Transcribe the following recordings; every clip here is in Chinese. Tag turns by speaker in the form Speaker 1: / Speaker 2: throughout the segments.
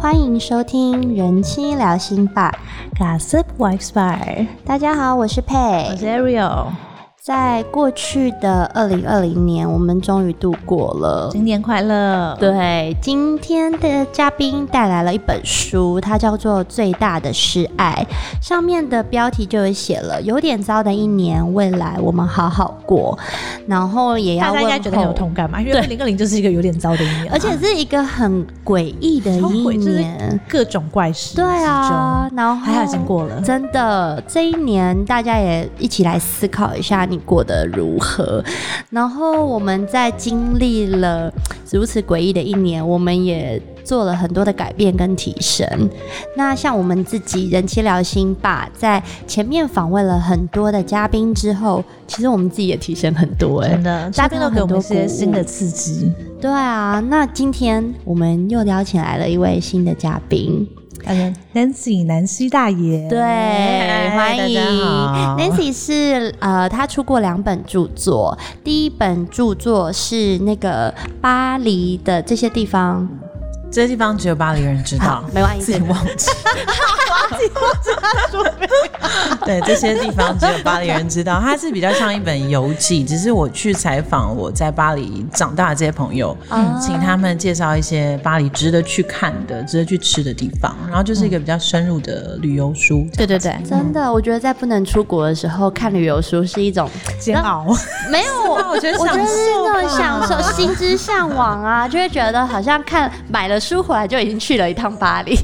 Speaker 1: 欢迎收听《人妻聊心吧》，
Speaker 2: Gossip Wives Bar，
Speaker 1: 大家好，我是
Speaker 2: 我是
Speaker 1: 佩。
Speaker 2: Ariel，
Speaker 1: 在过去的二零二零年，我们终于度过了。
Speaker 2: 新年快乐！，
Speaker 1: 对，今天的嘉宾带来了一本书，它叫做《最大的示爱》，上面的标题就有写了“有点糟的一年，未来我们好好过”，然后也要
Speaker 2: 大家应该
Speaker 1: 问
Speaker 2: 觉得很有
Speaker 1: 候
Speaker 2: 同感吧？因为二零二零就是一个有点糟的一年嘛，
Speaker 1: 而且是一个很诡异的
Speaker 2: 超
Speaker 1: 一
Speaker 2: 诡就是
Speaker 1: 年。
Speaker 2: 各种怪事，
Speaker 1: 对啊，，然后
Speaker 2: 还好已经过了。
Speaker 1: 真的，这一年大家也一起来思考一下你过得如何。然后我们在经历了如此诡异的一年，我们也做了很多的改变跟提升。那像我们自己人气聊心吧，在前面访问了很多的嘉宾之后，其实我们自己也提升很多哎、
Speaker 2: 真的，嘉宾都给我们一
Speaker 1: 很
Speaker 2: 些
Speaker 1: 多鼓舞
Speaker 2: 新的刺激。
Speaker 1: 对啊，那今天我们又邀请来了一位新的嘉宾，
Speaker 2: 感觉 Nancy 南希大爷，
Speaker 1: 对，
Speaker 2: 嗨
Speaker 1: 欢迎
Speaker 2: 大家好
Speaker 1: Nancy 是呃，她出过两本著作，第一本著作是那个巴黎的这些地方，
Speaker 3: 这些地方只有巴黎人知道，
Speaker 1: 没关
Speaker 3: 自
Speaker 1: 系
Speaker 3: 己， 忘记。对，这些地方只有巴黎人知道，它是比较像一本游记，只是我去采访我在巴黎长大的这些朋友，
Speaker 1: 啊
Speaker 3: 请他们介绍一些巴黎值得去看的、值得去吃的地方，然后就是一个比较深入的旅游书。
Speaker 2: 对对对，
Speaker 1: 真的，我觉得在不能出国的时候看旅游书是一种
Speaker 2: 煎熬，
Speaker 1: 没有，啊我
Speaker 3: 觉得
Speaker 1: 我觉得
Speaker 3: 享受
Speaker 1: 是那种
Speaker 3: 吧
Speaker 1: 享受、心之向往啊，就会觉得好像看买了书回来就已经去了一趟巴 黎。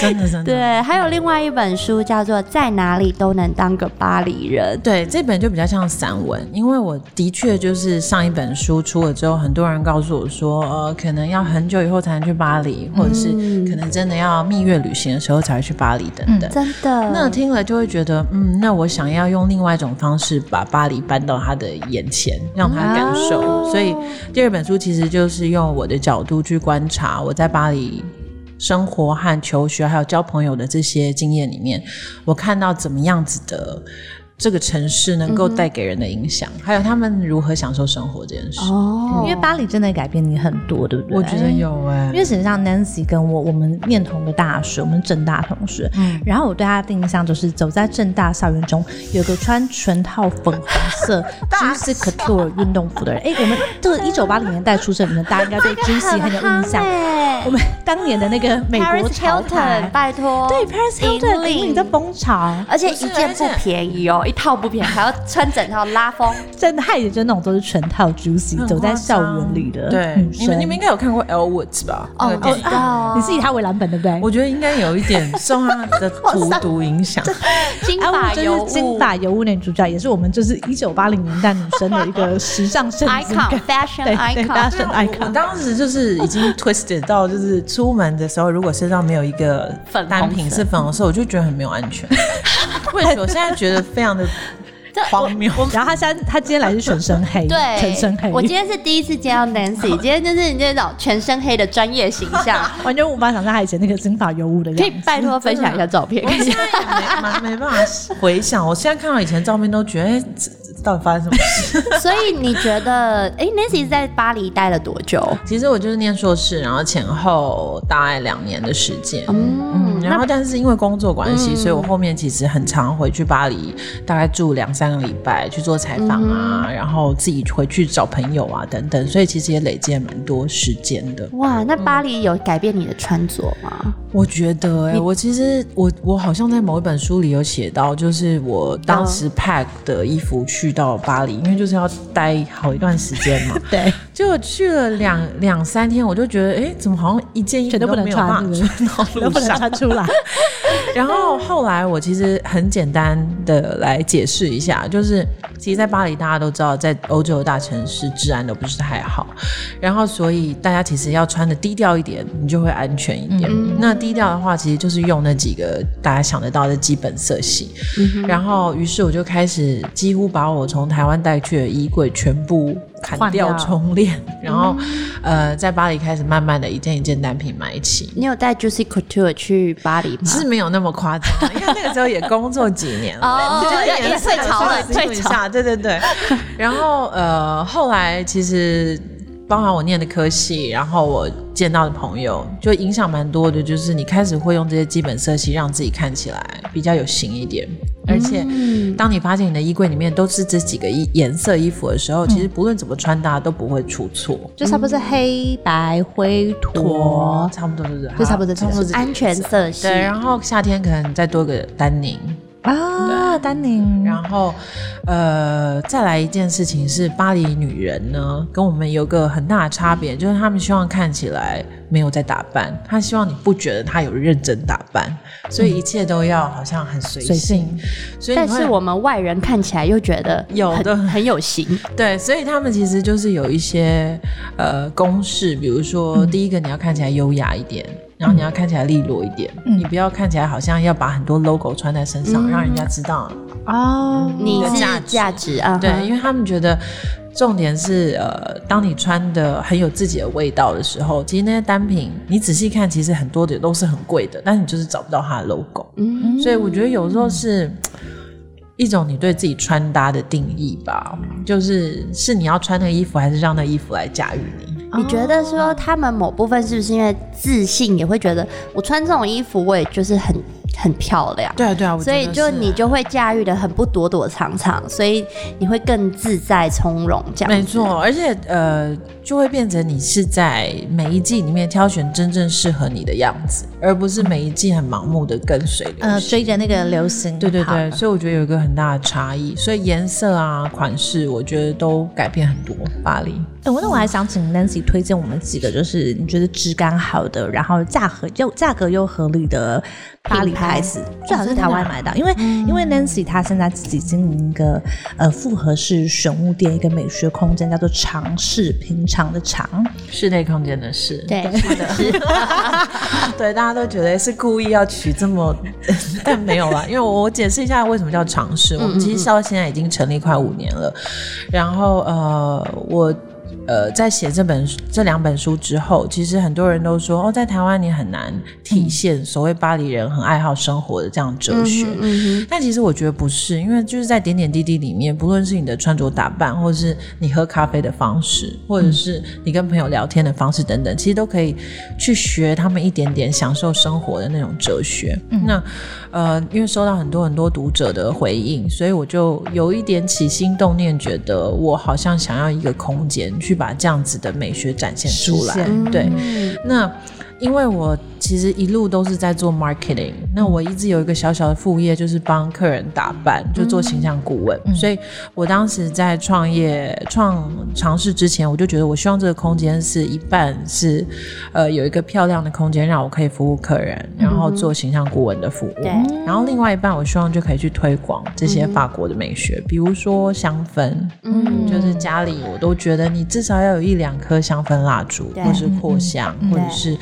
Speaker 3: 真的真的。
Speaker 1: 对，还有另外一本书叫做《在哪里都能当个巴黎人》，
Speaker 3: 对，这本就比较像散文，因为我的确就是上一本书出了之后，很多人告诉我说，呃，可能要很久以后才能去巴黎，或者是
Speaker 1: 嗯
Speaker 3: 可能真的要蜜月旅行的时候才会去巴黎等等。
Speaker 1: 真
Speaker 2: 嗯
Speaker 1: 的。
Speaker 3: 那听了就会觉得，嗯，那我想要用另外一种方式把巴黎搬到他的眼前，让他感受。
Speaker 2: 啊
Speaker 1: 哦
Speaker 3: 所以第二本书其实就是用我的角度去观察我在巴黎生活和求学，还有交朋友的这些经验里面，我看到怎么样子的这个城市能够带给人的影
Speaker 2: 嗯
Speaker 3: 响，还有他们如何享受生活这件事。
Speaker 1: 哦
Speaker 2: 因为巴黎真的改变你很多，对不对？
Speaker 3: 我觉得有哎、
Speaker 2: 因为实际上 Nancy 跟我，我们念同个大学，我们正大同学。
Speaker 3: 嗯
Speaker 2: 然后我对她的印象就是走在正大校园中，有个穿全套粉红 色 Juicy Couture 运动服的人。哎、我们这个一九八零年代出生的人，大家应该对 Juicy 很有印象。
Speaker 3: 欸
Speaker 2: 我们当年的那个美国
Speaker 1: 欸 Paris
Speaker 2: 潮牌
Speaker 1: Hilton，，拜托，
Speaker 2: 对 Paris
Speaker 1: 引
Speaker 2: Hilton
Speaker 1: 领
Speaker 2: 引领的风潮，
Speaker 1: 而且
Speaker 3: 不是
Speaker 1: 一件不
Speaker 3: 而且
Speaker 1: 便宜哦，一套不便宜，还要穿整套拉风。
Speaker 2: 真的，她也就那种都是全套 Juicy
Speaker 3: 很
Speaker 2: 走在
Speaker 3: 夸
Speaker 2: 校
Speaker 3: 张
Speaker 2: 园里的
Speaker 3: 对，
Speaker 2: 女
Speaker 3: 你们
Speaker 2: 生。
Speaker 3: 你们应该有看过 Elwoods 吧？那
Speaker 1: 哦，
Speaker 3: 个
Speaker 1: 我
Speaker 3: 电
Speaker 1: 知
Speaker 3: 影
Speaker 1: 道啊，
Speaker 2: 你是以她为蓝本，对不对？
Speaker 3: 我觉得应该有一点受他的荼毒影响，
Speaker 1: 金
Speaker 2: 安
Speaker 1: 发
Speaker 2: 物
Speaker 1: 尤
Speaker 2: 啊就
Speaker 1: 物
Speaker 2: 是金发尤物女主角，也是我们就是一九八零年代女生的 一个时尚圣经
Speaker 1: icon
Speaker 2: 感。对
Speaker 1: fashion
Speaker 2: 对
Speaker 1: icon，
Speaker 2: ，fashion
Speaker 3: 我
Speaker 2: icon。
Speaker 3: 当时就是已经 twisted 到，就是出门的时候，如果身上没有一个
Speaker 1: 粉红色
Speaker 3: 单品是粉红色，我就觉得很没有安 全感。为什么？我现在觉得非常的荒谬。
Speaker 2: 然后她现在她今天来是全身黑，
Speaker 1: 对，
Speaker 2: 全身黑，
Speaker 1: 我今天是第一次见到 Nancy，今天就是你这种全身黑的专业形象，
Speaker 2: 完全无法想象她以前那个金发尤物的
Speaker 1: 可以
Speaker 2: 样子。
Speaker 1: 拜托分享一下照片
Speaker 3: 我。现在也没蛮没 办法回想，我现在看到以前照片都觉得，哎、这这到底发生什么事？
Speaker 1: 所以你觉得，哎，Nancy 在巴黎待了多久？
Speaker 3: 其实我就是念硕士，然后前后大概两年的时间。
Speaker 1: 嗯
Speaker 3: 嗯，然后但是因为工作关系，
Speaker 1: 嗯
Speaker 3: 所以我后面其实很常回去巴黎，大概住两三个礼拜去做采访啊，然后自己回去找朋友啊等等，所以其实也累积了蛮多时间的。
Speaker 1: 哇，那巴黎有改变你的穿着吗？
Speaker 3: 我觉得、欸，我其实我我好像在某一本书里有写到，就是我当时 pack 的衣服去到巴黎，因为就是要待好一段时间嘛，
Speaker 2: 对，
Speaker 3: 结果去了两两三天，我就觉得，哎、怎么好像一件衣服
Speaker 2: 全都不能
Speaker 3: 没有办法
Speaker 2: 穿是不
Speaker 3: 穿到
Speaker 2: 都
Speaker 3: 路
Speaker 2: 不能
Speaker 3: 上？
Speaker 2: 穿出 来。
Speaker 3: 然后后来我其实很简单的来解释一下，就是其实，在巴黎大家都知道，在欧洲的大城市治安都不是太好，然后所以大家其实要穿的低调一点，你就会安全一点。那低调的话，其实就是用那几个大家想得到的基本色系。然后于是我就开始几乎把我从台湾带去的衣柜全部砍
Speaker 2: 换
Speaker 3: 掉
Speaker 2: 掉
Speaker 3: 重练，然后呃，在巴黎开始慢慢的一件一件单品买起。
Speaker 1: 你有带 Juicy Couture 去巴黎吗？
Speaker 3: 是没有那么夸张， 因为那个时候也工作几年了，
Speaker 1: 哦
Speaker 3: 就是
Speaker 1: 对
Speaker 3: 也
Speaker 1: 退潮了
Speaker 3: 退一下，对对 对。然后呃，后来其实包含我念的科系，然后我见到的朋友，就影响蛮多的，就是你开始会用这些基本色系，让自己看起来比较有型一点，而且。
Speaker 1: 嗯
Speaker 3: 当你发现你的衣柜里面都是这几个衣颜色衣服的时候，其实不论怎么穿搭都不会出错。
Speaker 2: 就差不多是黑白灰
Speaker 3: 我
Speaker 2: 驼，
Speaker 3: 差不多就是
Speaker 2: 就差不多这
Speaker 3: 嗯差
Speaker 2: 个
Speaker 3: 不多这个
Speaker 1: 安全色系
Speaker 3: 对，，然后夏天可能再多个丹宁，
Speaker 2: 啊，丹宁，
Speaker 3: 然后，呃，再来一件事情是，巴黎女人呢跟我们有个很大的差别，就是她们希望看起来没有在打扮，她希望你不觉得她有认真打扮，所以一切都要好像很随
Speaker 2: 随性，
Speaker 3: 所以你
Speaker 1: 但
Speaker 3: 会
Speaker 1: 是我们外人看起来又觉得
Speaker 3: 有
Speaker 1: 很
Speaker 3: 的
Speaker 1: 很有型，
Speaker 3: 对，所以他们其实就是有一些呃公式，比如说、
Speaker 1: 嗯
Speaker 3: 第一个你要看起来优雅一点。然后你要看起来利落一点，
Speaker 2: 嗯
Speaker 3: 你不要看起来好像要把很多 logo 穿在身上，
Speaker 1: 嗯
Speaker 3: 让人家知道
Speaker 2: 哦，
Speaker 1: 你
Speaker 3: 的
Speaker 1: 是
Speaker 3: 价值
Speaker 1: 价值啊，
Speaker 3: 对，
Speaker 1: 嗯
Speaker 3: 因为他们觉得重点是呃，当你穿的很有自己的味道的时候，其实那些单品你仔细看，其实很多的都是很贵的，但是你就是找不到它的 logo。
Speaker 1: 嗯，
Speaker 3: 所以我觉得有时候是。一种你对自己穿搭的定义吧，就是是你要穿那个衣服，还是让那个衣服来驾驭你？
Speaker 1: 你觉得说他们某部分是不是因为自信，也会觉得我穿这种衣服，我也就是很很漂亮，
Speaker 3: 对啊，对啊，
Speaker 1: 所以就你就会驾驭的很不躲躲藏藏，所以你会更自在从容这样。
Speaker 3: 没，错，而且呃，就会变成你是在每一季里面挑选真正适合你的样子，而不是每一季很盲目的跟随流行。
Speaker 2: 呃，追着那个流行，
Speaker 3: 对对
Speaker 2: 好
Speaker 3: 对，所以我觉得有一个很大的差异，所以颜色啊、款式，我觉得都改变很多。巴黎，
Speaker 2: 哎、我那我还想请 Nancy 推荐我们几个，就是你觉得质感好的，然后价格又价格又合理的巴黎
Speaker 1: 品牌
Speaker 2: 牌子，最好是台湾买到，因为、因为 Nancy 她现在自己经营一个呃复合式玄物店，一个美学空间，叫做尝试平常的尝，
Speaker 3: 室内空间的事，
Speaker 1: 对，是的，是
Speaker 3: 啊对，大家都觉得是故意要取这么， 但没有啦，因为我我解释一下为什么叫尝试。我们其实到现在已经成立快五年了，然后呃，我。呃，在写这本书这两本书之后，其实很多人都说，哦，在台湾你很难体现所谓巴黎人很爱好生活的这样哲
Speaker 1: 嗯
Speaker 3: 学。
Speaker 2: 嗯
Speaker 3: 但其实我觉得不是，因为就是在点点滴滴里面，不论是你的穿着打扮，或者是你喝咖啡的方式，或者是你跟朋友聊天的方式等等，其实都可以去学他们一点点享受生活的那种哲学。
Speaker 2: 嗯
Speaker 3: 那呃，因为收到很多很多读者的回应，所以我就有一点起心动念，觉得我好像想要一个空间去把这样子的美学展现出来
Speaker 2: 实。现
Speaker 3: 对，
Speaker 1: 嗯
Speaker 3: 那因为我其实一路都是在做 marketing，那我一直有一个小小的副业，就是帮客人打扮，就做形象顾问。所以我当时在创业创尝试之前，我就觉得我希望这个空间是一半是呃有一个漂亮的空间，让我可以服务客人，然后做形象顾问的服务。
Speaker 1: 对
Speaker 3: 然后另外一半，我希望就可以去推广这些法国的美学，比如说香氛，
Speaker 1: 嗯
Speaker 3: 就是家里我都觉得你至少要有一两颗香氛蜡烛，
Speaker 1: 对嗯
Speaker 3: 或是扩香，或者是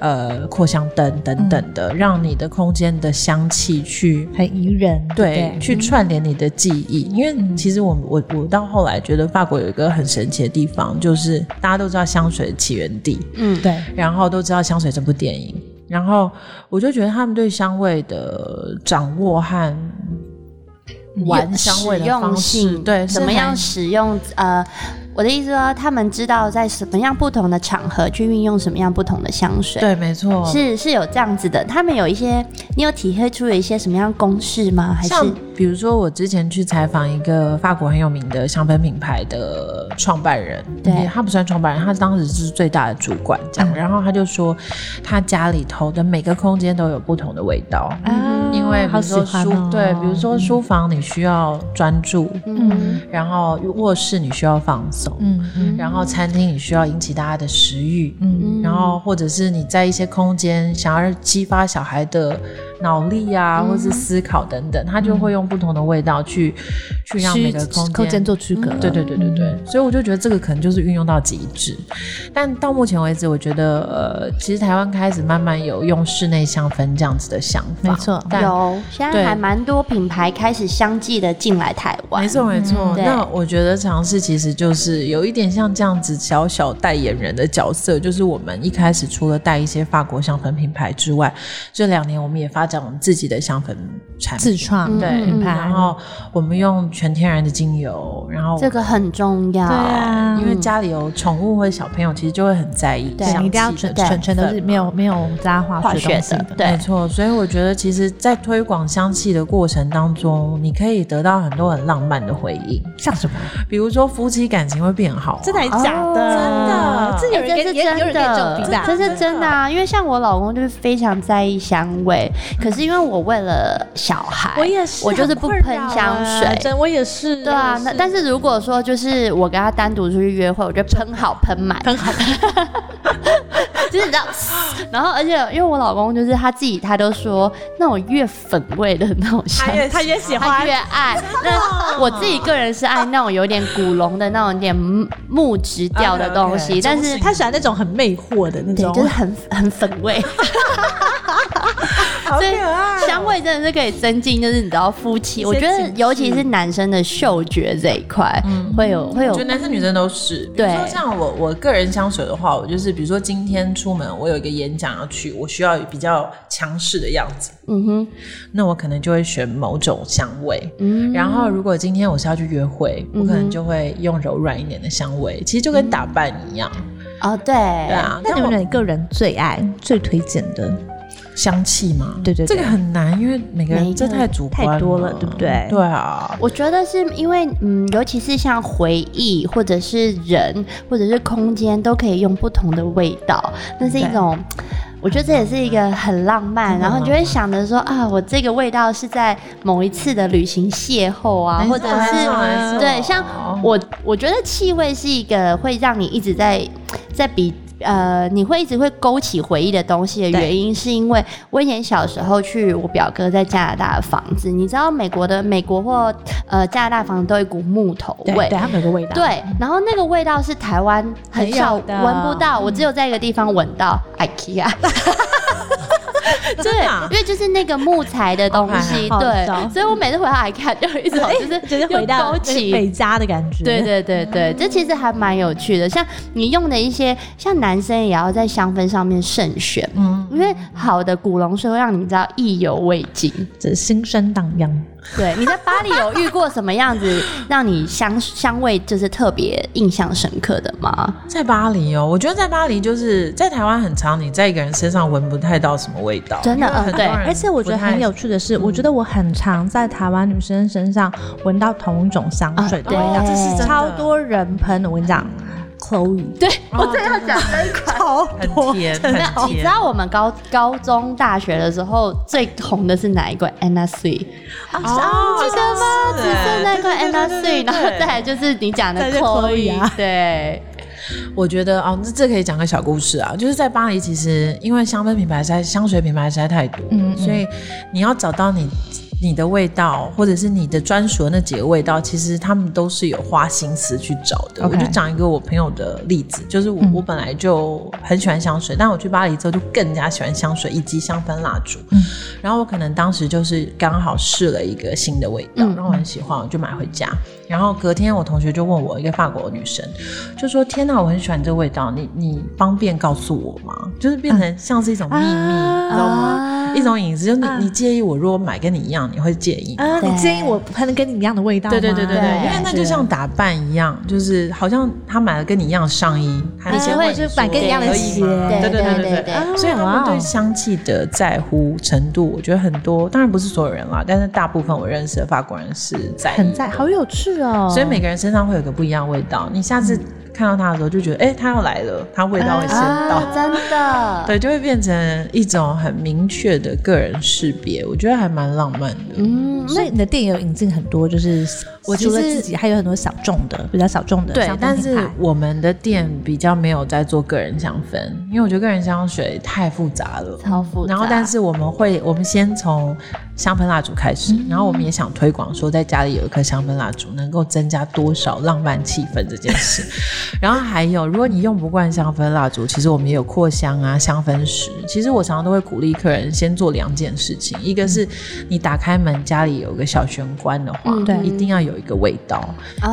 Speaker 3: 呃扩香灯等
Speaker 1: 嗯
Speaker 3: 等的，让你的空间的香气去。
Speaker 2: 很宜人，
Speaker 3: 对，
Speaker 2: 不
Speaker 3: 去
Speaker 1: 嗯
Speaker 3: 串联你的记忆，因为其实我我我到后来觉得法国有一个很神奇的地方，就是大家都知道香水的起源地，
Speaker 1: 嗯，
Speaker 2: 对
Speaker 3: 然后都知道《香水》这部电影，然后我就觉得他们对香味的掌握和玩香味
Speaker 1: 使
Speaker 3: 的
Speaker 1: 用
Speaker 3: 方式，
Speaker 1: 性
Speaker 3: 对，
Speaker 1: 嗯怎么样使用？呃，我的意思说，他们知道在什么样不同的场合去运用什么样不同的香水
Speaker 3: 是。很？对，没错，
Speaker 1: 是是有这样子的，他们有一些，你有体会出有一些什么样公式吗？还是
Speaker 3: 像比如说，我之前去采访一个法国很有名的香氛品牌的创办人，
Speaker 1: 对
Speaker 3: 也他不算创办人，他当时是最大的主管这
Speaker 2: 嗯
Speaker 3: 样。然后他就说，他家里头的每个空间都有不同的味道，
Speaker 2: 啊
Speaker 3: 因为比
Speaker 2: 好
Speaker 3: 如
Speaker 2: 喜
Speaker 3: 说书、
Speaker 2: 欢哦，
Speaker 3: 对，比如说书房你需要专注，
Speaker 1: 嗯
Speaker 3: 然后卧室你需要放松，
Speaker 2: 嗯嗯
Speaker 3: 然后餐厅你需要引起大家的食欲，
Speaker 2: 嗯
Speaker 1: 嗯
Speaker 3: 然后或者是你在一些空间想要激发小孩的脑力啊，或
Speaker 2: 嗯
Speaker 3: 是思考等等，他就会用不同的味道去去让每个
Speaker 2: 区
Speaker 3: 空间嗯
Speaker 2: 做区隔，嗯
Speaker 3: 对对对对对，所以我就觉得这个可能就是运用到极致。但到目前为止，我觉得呃，其实台湾开始慢慢有用室内香氛这样子的想法，
Speaker 2: 没错
Speaker 3: 但
Speaker 1: 有，现在
Speaker 3: 对
Speaker 1: 还蛮多品牌开始相继的进来台湾。
Speaker 3: 没错，没
Speaker 2: 嗯
Speaker 3: 错。
Speaker 1: 对
Speaker 3: 那我觉得尝试其实就是有一点像这样子小小代言人的角色，就是我们一开始除了带一些法国香氛品牌之外，这两年我们也发展我们自己的香氛产品。
Speaker 2: 自创
Speaker 1: 嗯
Speaker 3: 对
Speaker 2: 品牌
Speaker 3: 然后我们用全天然的精油，然后
Speaker 1: 这个很重要。
Speaker 3: 对啊，因为
Speaker 1: 嗯
Speaker 3: 家里有宠物或者小朋友，其实就会很在意
Speaker 1: 对
Speaker 3: 香气
Speaker 2: 你一定要
Speaker 3: 的
Speaker 2: 全
Speaker 3: 成
Speaker 2: 全全都
Speaker 3: 分
Speaker 2: 是
Speaker 3: 嘛
Speaker 2: 没有没有加化
Speaker 1: 化
Speaker 2: 学
Speaker 1: 学
Speaker 2: 东西
Speaker 1: 的
Speaker 2: 的，
Speaker 1: 对
Speaker 3: 没错，所以我觉得其实，在推广香气的过程当中，你可以得到很多很浪漫的回应，
Speaker 2: 像什么？
Speaker 3: 比如说夫妻感情会变好、啊，
Speaker 2: 真的还
Speaker 1: 哦
Speaker 2: 是假的？哦
Speaker 1: 哎
Speaker 2: 真的，这有人
Speaker 1: 这
Speaker 2: 给
Speaker 1: 是
Speaker 2: 也有
Speaker 1: 真
Speaker 2: 人给
Speaker 1: 的
Speaker 2: 种鼻子啊，
Speaker 1: 这是真的啊！因为像我老公就是非常在意香味，可是因为我为了小孩，
Speaker 2: 嗯我也是，
Speaker 1: 我就是
Speaker 2: 很
Speaker 1: 不
Speaker 2: 困
Speaker 1: 喷
Speaker 2: 扰
Speaker 1: 香
Speaker 2: 啊
Speaker 1: 水，
Speaker 2: 真我也是，
Speaker 1: 对啊，那但是如果说就是我跟他单独出去约会，我就喷好喷满，
Speaker 2: 很好，
Speaker 1: 就是你知道，然后而且因为我老公就是他自己，他都说那种越粉味的那种香
Speaker 3: 他越
Speaker 2: 他也喜
Speaker 1: 他
Speaker 2: 欢
Speaker 1: 越，爱。那
Speaker 3: 哦
Speaker 1: 我自己个人是爱那种有点古龙的那种有点木质调的东西
Speaker 3: OK，OK，
Speaker 1: 但是
Speaker 2: 他喜欢那种很魅惑的那
Speaker 1: 对，
Speaker 2: 种，
Speaker 1: 就是很很粉味，
Speaker 3: 好哦
Speaker 1: 所以香味真的是可以增进，就是你知道夫妻，我觉得尤其是男生的嗅觉这一块，会有会有
Speaker 3: 嗯我觉得男生女生都是，比如
Speaker 1: 对
Speaker 3: 说像我我个人香水的话，我就是比如说今天出门，我有一个演讲要去，我需要比较强势的样子，
Speaker 1: 嗯哼，
Speaker 3: 那我可能就会选某种香味。
Speaker 1: 嗯
Speaker 3: 然后如果今天我是要去约会，我
Speaker 2: 嗯
Speaker 3: 可能就会用柔软一点的香味，其实就跟打扮一样，
Speaker 1: 哦对，
Speaker 3: 对啊。
Speaker 2: 那
Speaker 3: 但
Speaker 2: 你
Speaker 3: 我
Speaker 2: 们个人最爱、最推荐的？
Speaker 3: 香气嘛，
Speaker 2: 对对对
Speaker 3: 这个很难，因为每个
Speaker 1: 每一
Speaker 3: 人
Speaker 1: 个
Speaker 3: 这太主观
Speaker 2: 太多了对不对
Speaker 3: 对啊，
Speaker 1: 我觉得是因为，嗯，尤其是像回忆，或者是人，或者是空间，都可以用不同的味道，那是一种。我觉得这也是一个很浪漫，
Speaker 3: 真的
Speaker 1: 然后你就
Speaker 3: 浪
Speaker 1: 会想着说啊，我这个味道是在某一次的旅行邂逅啊，
Speaker 3: 没错
Speaker 1: 或者
Speaker 3: 没错没
Speaker 1: 是
Speaker 3: 错
Speaker 1: 对，像我我觉得气味是一个会让你一直在在比呃，你会一直会勾起回忆的东西的原因，是因为我以前小时候去我表哥在加拿大的房子，你知道美国的美国或呃加拿大房子都有一股木头
Speaker 2: 对，
Speaker 1: 味
Speaker 2: 对，。他们有个 味道，
Speaker 1: 对，然后那个味道是台湾很少
Speaker 2: 没有的
Speaker 1: 闻不到，我只有在一个地方闻到 IKEA。对，
Speaker 3: 啊
Speaker 1: 因为就是那个木材的东西，
Speaker 2: 啊好
Speaker 1: 对
Speaker 2: 糟，
Speaker 1: 所以我每次回到 IKEA 就有一种就是
Speaker 2: 就是回
Speaker 1: 又勾
Speaker 2: 到那
Speaker 1: 起
Speaker 2: 个北家的感觉，
Speaker 1: 对对对对，这其实还蛮有趣的。像你用的一些，像男生也要在香氛上面慎选，嗯，因为好的古龙水会让你知道意犹未尽。
Speaker 2: 这心生荡漾。
Speaker 1: 对，你在巴黎有遇过什么样子让你香香味就是特别印象深刻的吗？
Speaker 3: 在巴黎哦，我觉得在巴黎就是在台湾很长，你在一个人身上闻不太到什么味道，
Speaker 1: 真的
Speaker 3: 因为很多
Speaker 1: 嗯
Speaker 3: 人
Speaker 2: 而且我觉得
Speaker 3: 不太
Speaker 2: 很有趣的是，我觉得我很常在台湾女生身上闻到同一种香水的味
Speaker 1: 啊
Speaker 2: 道，
Speaker 1: 对这是真
Speaker 3: 的
Speaker 2: 超多人喷。我跟你讲，Chloe，对，
Speaker 3: 我
Speaker 1: 哦
Speaker 3: 正要讲这一款，
Speaker 2: 超
Speaker 3: 很甜，
Speaker 2: 真的
Speaker 3: 很
Speaker 1: 你知
Speaker 3: 甜。
Speaker 1: 道我们高高中、大学的时候最红的是哪一个？Anna Sui，
Speaker 3: 哦，
Speaker 1: 记得吗？紫色那个 Anna
Speaker 3: 对
Speaker 1: Sui，然后再来就是你讲的
Speaker 2: 再来就 Chloe 啊
Speaker 1: Chloe，对，
Speaker 3: 我觉得啊，这这可以讲个小故事啊，就是在巴黎，其实因为香氛品牌实在香水品牌实在太多，
Speaker 2: 嗯嗯
Speaker 3: 所以你要找到你你的味道，或者是你的专属的那几个味道，其实他们都是有花心思去找的。
Speaker 2: OK 嗯
Speaker 3: 我就讲一个我朋友的例子，就是我、我本来就很喜欢香水，但我去巴黎之后就更加喜欢香水以及香氛蜡烛。
Speaker 2: 嗯
Speaker 3: 然后我可能当时就是刚好试了一个新的味道，
Speaker 2: 嗯
Speaker 3: 然后我很喜欢，我就买回家。然后隔天我同学就问我一个法国女生，就说：“天哪，我很喜欢这个味道，你你方便告诉我吗？”就是变成像是一种秘密，
Speaker 2: 啊
Speaker 3: 你知道吗？一种隐私，就是你、你介意我如果买跟你一样，你会介意吗？
Speaker 2: 啊，
Speaker 1: 对
Speaker 2: 你建议我喷跟你一样的味道吗？
Speaker 3: 对对对对对，
Speaker 1: 对
Speaker 3: 因为那就像打扮一样，就是好像他买了跟你一样的上衣，他
Speaker 1: 你
Speaker 3: 先
Speaker 1: 就
Speaker 3: 问
Speaker 1: 会
Speaker 3: 你
Speaker 2: 啊就买
Speaker 3: 说
Speaker 2: 跟一样的
Speaker 3: 可以
Speaker 2: 鞋
Speaker 3: 吗对
Speaker 1: 对对
Speaker 3: 对
Speaker 1: 对
Speaker 3: 对
Speaker 1: 对
Speaker 3: 对对。
Speaker 2: 啊
Speaker 3: 所以他们
Speaker 2: 哇哦
Speaker 3: 对香气的在乎程度，我觉得很多，当然不是所有人啦，但是大部分我认识的法国人是在意
Speaker 2: 很在，好有趣哦。
Speaker 3: 所以每个人身上会有个不一样的味道。你下次看到他的时候，就觉得哎、诶他要来了，他味道会升到。
Speaker 1: 啊，真的，
Speaker 3: 对，就会变成一种很明确的个人识别，我觉得还蛮浪漫的。
Speaker 1: 嗯，
Speaker 2: 所以你的店也有引进很多，就是
Speaker 3: 我其
Speaker 2: 除
Speaker 3: 实
Speaker 2: 了自己，还有很多小众的，比较小众的
Speaker 3: 对
Speaker 2: 香，氛
Speaker 3: 但
Speaker 2: 品
Speaker 3: 是
Speaker 2: 牌。
Speaker 3: 我们的店比较没有在做个人香氛，因为我觉得个人香水太复杂了，
Speaker 1: 超复杂
Speaker 3: 然后，但是我们会，我们先从香氛蜡烛开始，
Speaker 1: 嗯
Speaker 3: 然后我们也想推广说，在家里有一颗香氛蜡烛，能够增加多少浪漫气氛这件事。 然后还有，如果你用不惯香氛蜡烛，其实我们也有扩香啊、香氛石。其实我常常都会鼓励客人先做两件事情，一个是你打开门，家里有个小玄关的话，
Speaker 1: 嗯哦
Speaker 2: 对
Speaker 3: 一定要有一个味道，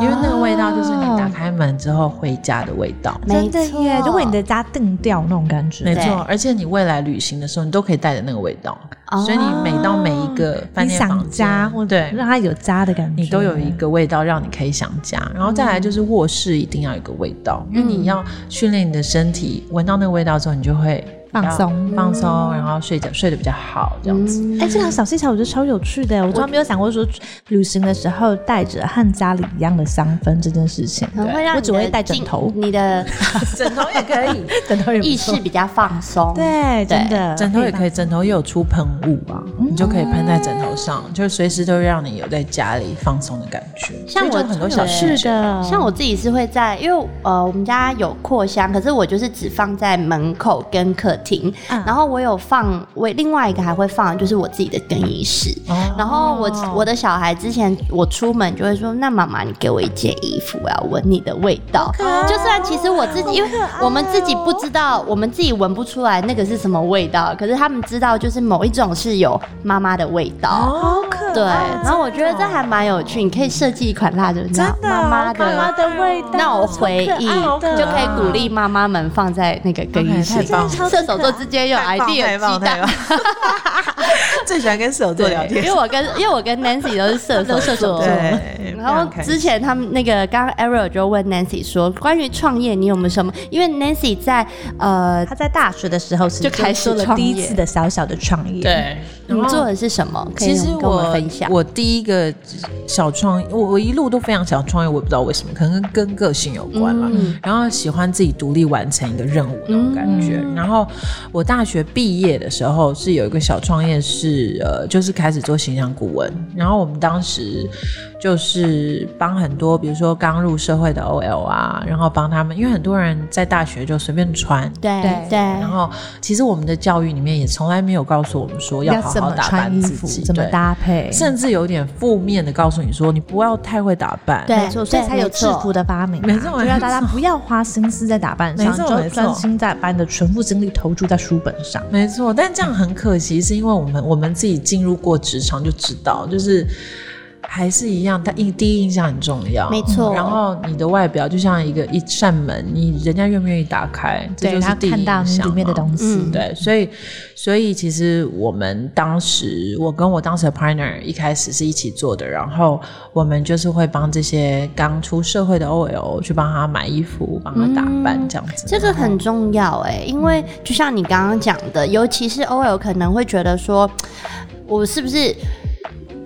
Speaker 3: 因为那个味道就是你打
Speaker 2: 哦
Speaker 3: 开门之后回家的味道。
Speaker 1: 没
Speaker 2: 真
Speaker 1: 错
Speaker 2: 的耶，就为你的家定调那种感觉，
Speaker 3: 没
Speaker 1: 对
Speaker 3: 错，而且你未来旅行的时候，你都可以带着那个味道，
Speaker 1: 哦
Speaker 3: 所以你每到每一个
Speaker 2: 哦
Speaker 3: 饭
Speaker 2: 你
Speaker 3: 店房
Speaker 2: 想
Speaker 3: 间
Speaker 2: 家或者
Speaker 3: 对。
Speaker 2: 让它有家的感觉，嗯
Speaker 3: 你都有一个味道让你可以想家，然后再来就是卧室一定要有一个味道，因为你要训练你的身体，闻到那个味道之后，你就会
Speaker 2: 放松
Speaker 3: 放
Speaker 2: 嗯
Speaker 3: 松，然后睡觉睡得比较好，这样子。
Speaker 1: 嗯
Speaker 2: 哎、这个小技巧我觉得超有趣
Speaker 3: 嗯
Speaker 2: 的，我从来没有想过说旅行的时候带着和家里一样的香氛这件事情。
Speaker 1: 可能会让
Speaker 2: 我
Speaker 1: 你
Speaker 2: 只会
Speaker 1: 的
Speaker 2: 带枕
Speaker 1: 进
Speaker 2: 头，
Speaker 1: 你的
Speaker 3: 枕头也 可以，
Speaker 2: 枕头也不
Speaker 1: 意
Speaker 2: 错
Speaker 1: 识比较放松。
Speaker 2: 对，真的
Speaker 3: 枕头也可以，枕头也有出喷雾啊，
Speaker 2: 嗯
Speaker 3: 你就可以喷在枕头上，就随时都会让你有在家里放松的感觉。
Speaker 1: 像我
Speaker 3: 所以就很多
Speaker 1: 觉
Speaker 3: 小
Speaker 1: 得
Speaker 3: 事
Speaker 2: 是
Speaker 3: 情，
Speaker 2: 的，
Speaker 1: 像我自己是会在，因为呃，我们家有扩香，可是我就是只放在门口跟客厅，
Speaker 2: 嗯
Speaker 1: 然后我有放，我另外一个还会放，就是我自己的更衣室。
Speaker 3: 哦
Speaker 1: 然后我我的小孩之前我出门就会说，那妈妈你给我一件衣服，我要闻你的味道。
Speaker 2: 哦
Speaker 1: 就算其实我自己，因为我们自己不知道，我们自己闻不出来那个是什么味道，可是他们知道就是某一种是有妈妈的味道。
Speaker 2: 哦好可
Speaker 1: 对，
Speaker 2: 爱哦
Speaker 1: 然后我觉得这还蛮有趣，你可以设计一款蜡烛，你知道
Speaker 2: 真的
Speaker 1: 妈
Speaker 2: 哦
Speaker 1: 妈
Speaker 2: 妈妈的味道，
Speaker 1: 那我回忆
Speaker 2: 好可爱的
Speaker 1: 就
Speaker 2: 哦
Speaker 1: 可以鼓励妈妈们放在那个更衣室
Speaker 3: OK，太。棒了
Speaker 1: 射手座之间有 idea 鸡蛋，
Speaker 3: 最喜欢跟室友做
Speaker 1: 对，因为我跟因为我跟 Nancy 都是射手座，
Speaker 3: 对，
Speaker 1: 然后之前他们那个刚刚 Ariel 就问 Nancy 说，关于创业你有没有什么？因为 Nancy 在呃，
Speaker 2: 他在大学的时候其实
Speaker 1: 就开始
Speaker 2: 做了
Speaker 1: 创
Speaker 2: 第一
Speaker 1: 业
Speaker 2: 次的小小的创业，，
Speaker 3: 对，
Speaker 1: 你做的是什么？可以
Speaker 3: 其实
Speaker 1: 跟我们分享。
Speaker 3: 我第一个小创，我我一路都非常想创业，我也不知道为什么，可能跟跟个性有关了。
Speaker 1: 嗯
Speaker 3: 然后喜欢自己独立完成一个任务那种感觉。
Speaker 1: 嗯
Speaker 3: 然后我大学毕业的时候是有一个小创业是呃，就是开始做形象顾问。然后我们当时就是帮很多，比如说刚入社会的 OL 啊，然后帮他们，因为很多人在大学就随便穿，
Speaker 1: 对
Speaker 2: 对
Speaker 1: 对，
Speaker 3: 然后，其实我们的教育里面也从来没有告诉我们说要好
Speaker 2: 怎
Speaker 3: 好
Speaker 2: 么
Speaker 3: 打
Speaker 2: 穿
Speaker 3: 扮
Speaker 2: 衣
Speaker 3: 自
Speaker 2: 服，
Speaker 3: 己，
Speaker 2: 怎么
Speaker 3: 对，
Speaker 2: 搭配，
Speaker 3: 甚至有点负面的告诉你说，你不要太会打扮。
Speaker 1: 对
Speaker 2: 没错，所以才有制服的发明啊、
Speaker 3: 没错没错
Speaker 2: 就让大家不要花心思在打扮上，
Speaker 3: 没错
Speaker 2: 就
Speaker 3: 没错
Speaker 2: 专心在把你的全部精力投注在书本上。
Speaker 3: 没错，但这样很可惜，是因为我们我们自己进入过职场就知道，就是还是一样，但印第一印象很重要，
Speaker 1: 没错
Speaker 3: 然后你的外表就像一个一扇门，你人家愿不愿意打开，这
Speaker 2: 对，
Speaker 3: 就是
Speaker 2: 他
Speaker 3: 第一
Speaker 2: 看到
Speaker 3: 印
Speaker 2: 你
Speaker 3: 象
Speaker 2: 里面的
Speaker 3: 嘛
Speaker 2: 东西，
Speaker 1: 嗯
Speaker 3: 对，所以所以其实我们当时，我跟我当时的 partner 一开始是一起做的，然后我们就是会帮这些刚出社会的 OL 去帮他买衣服，帮他打扮、这样子。
Speaker 1: 嗯这个很重要哎、因为就像你刚刚讲的，尤其是 OL 可能会觉得说，我是不是？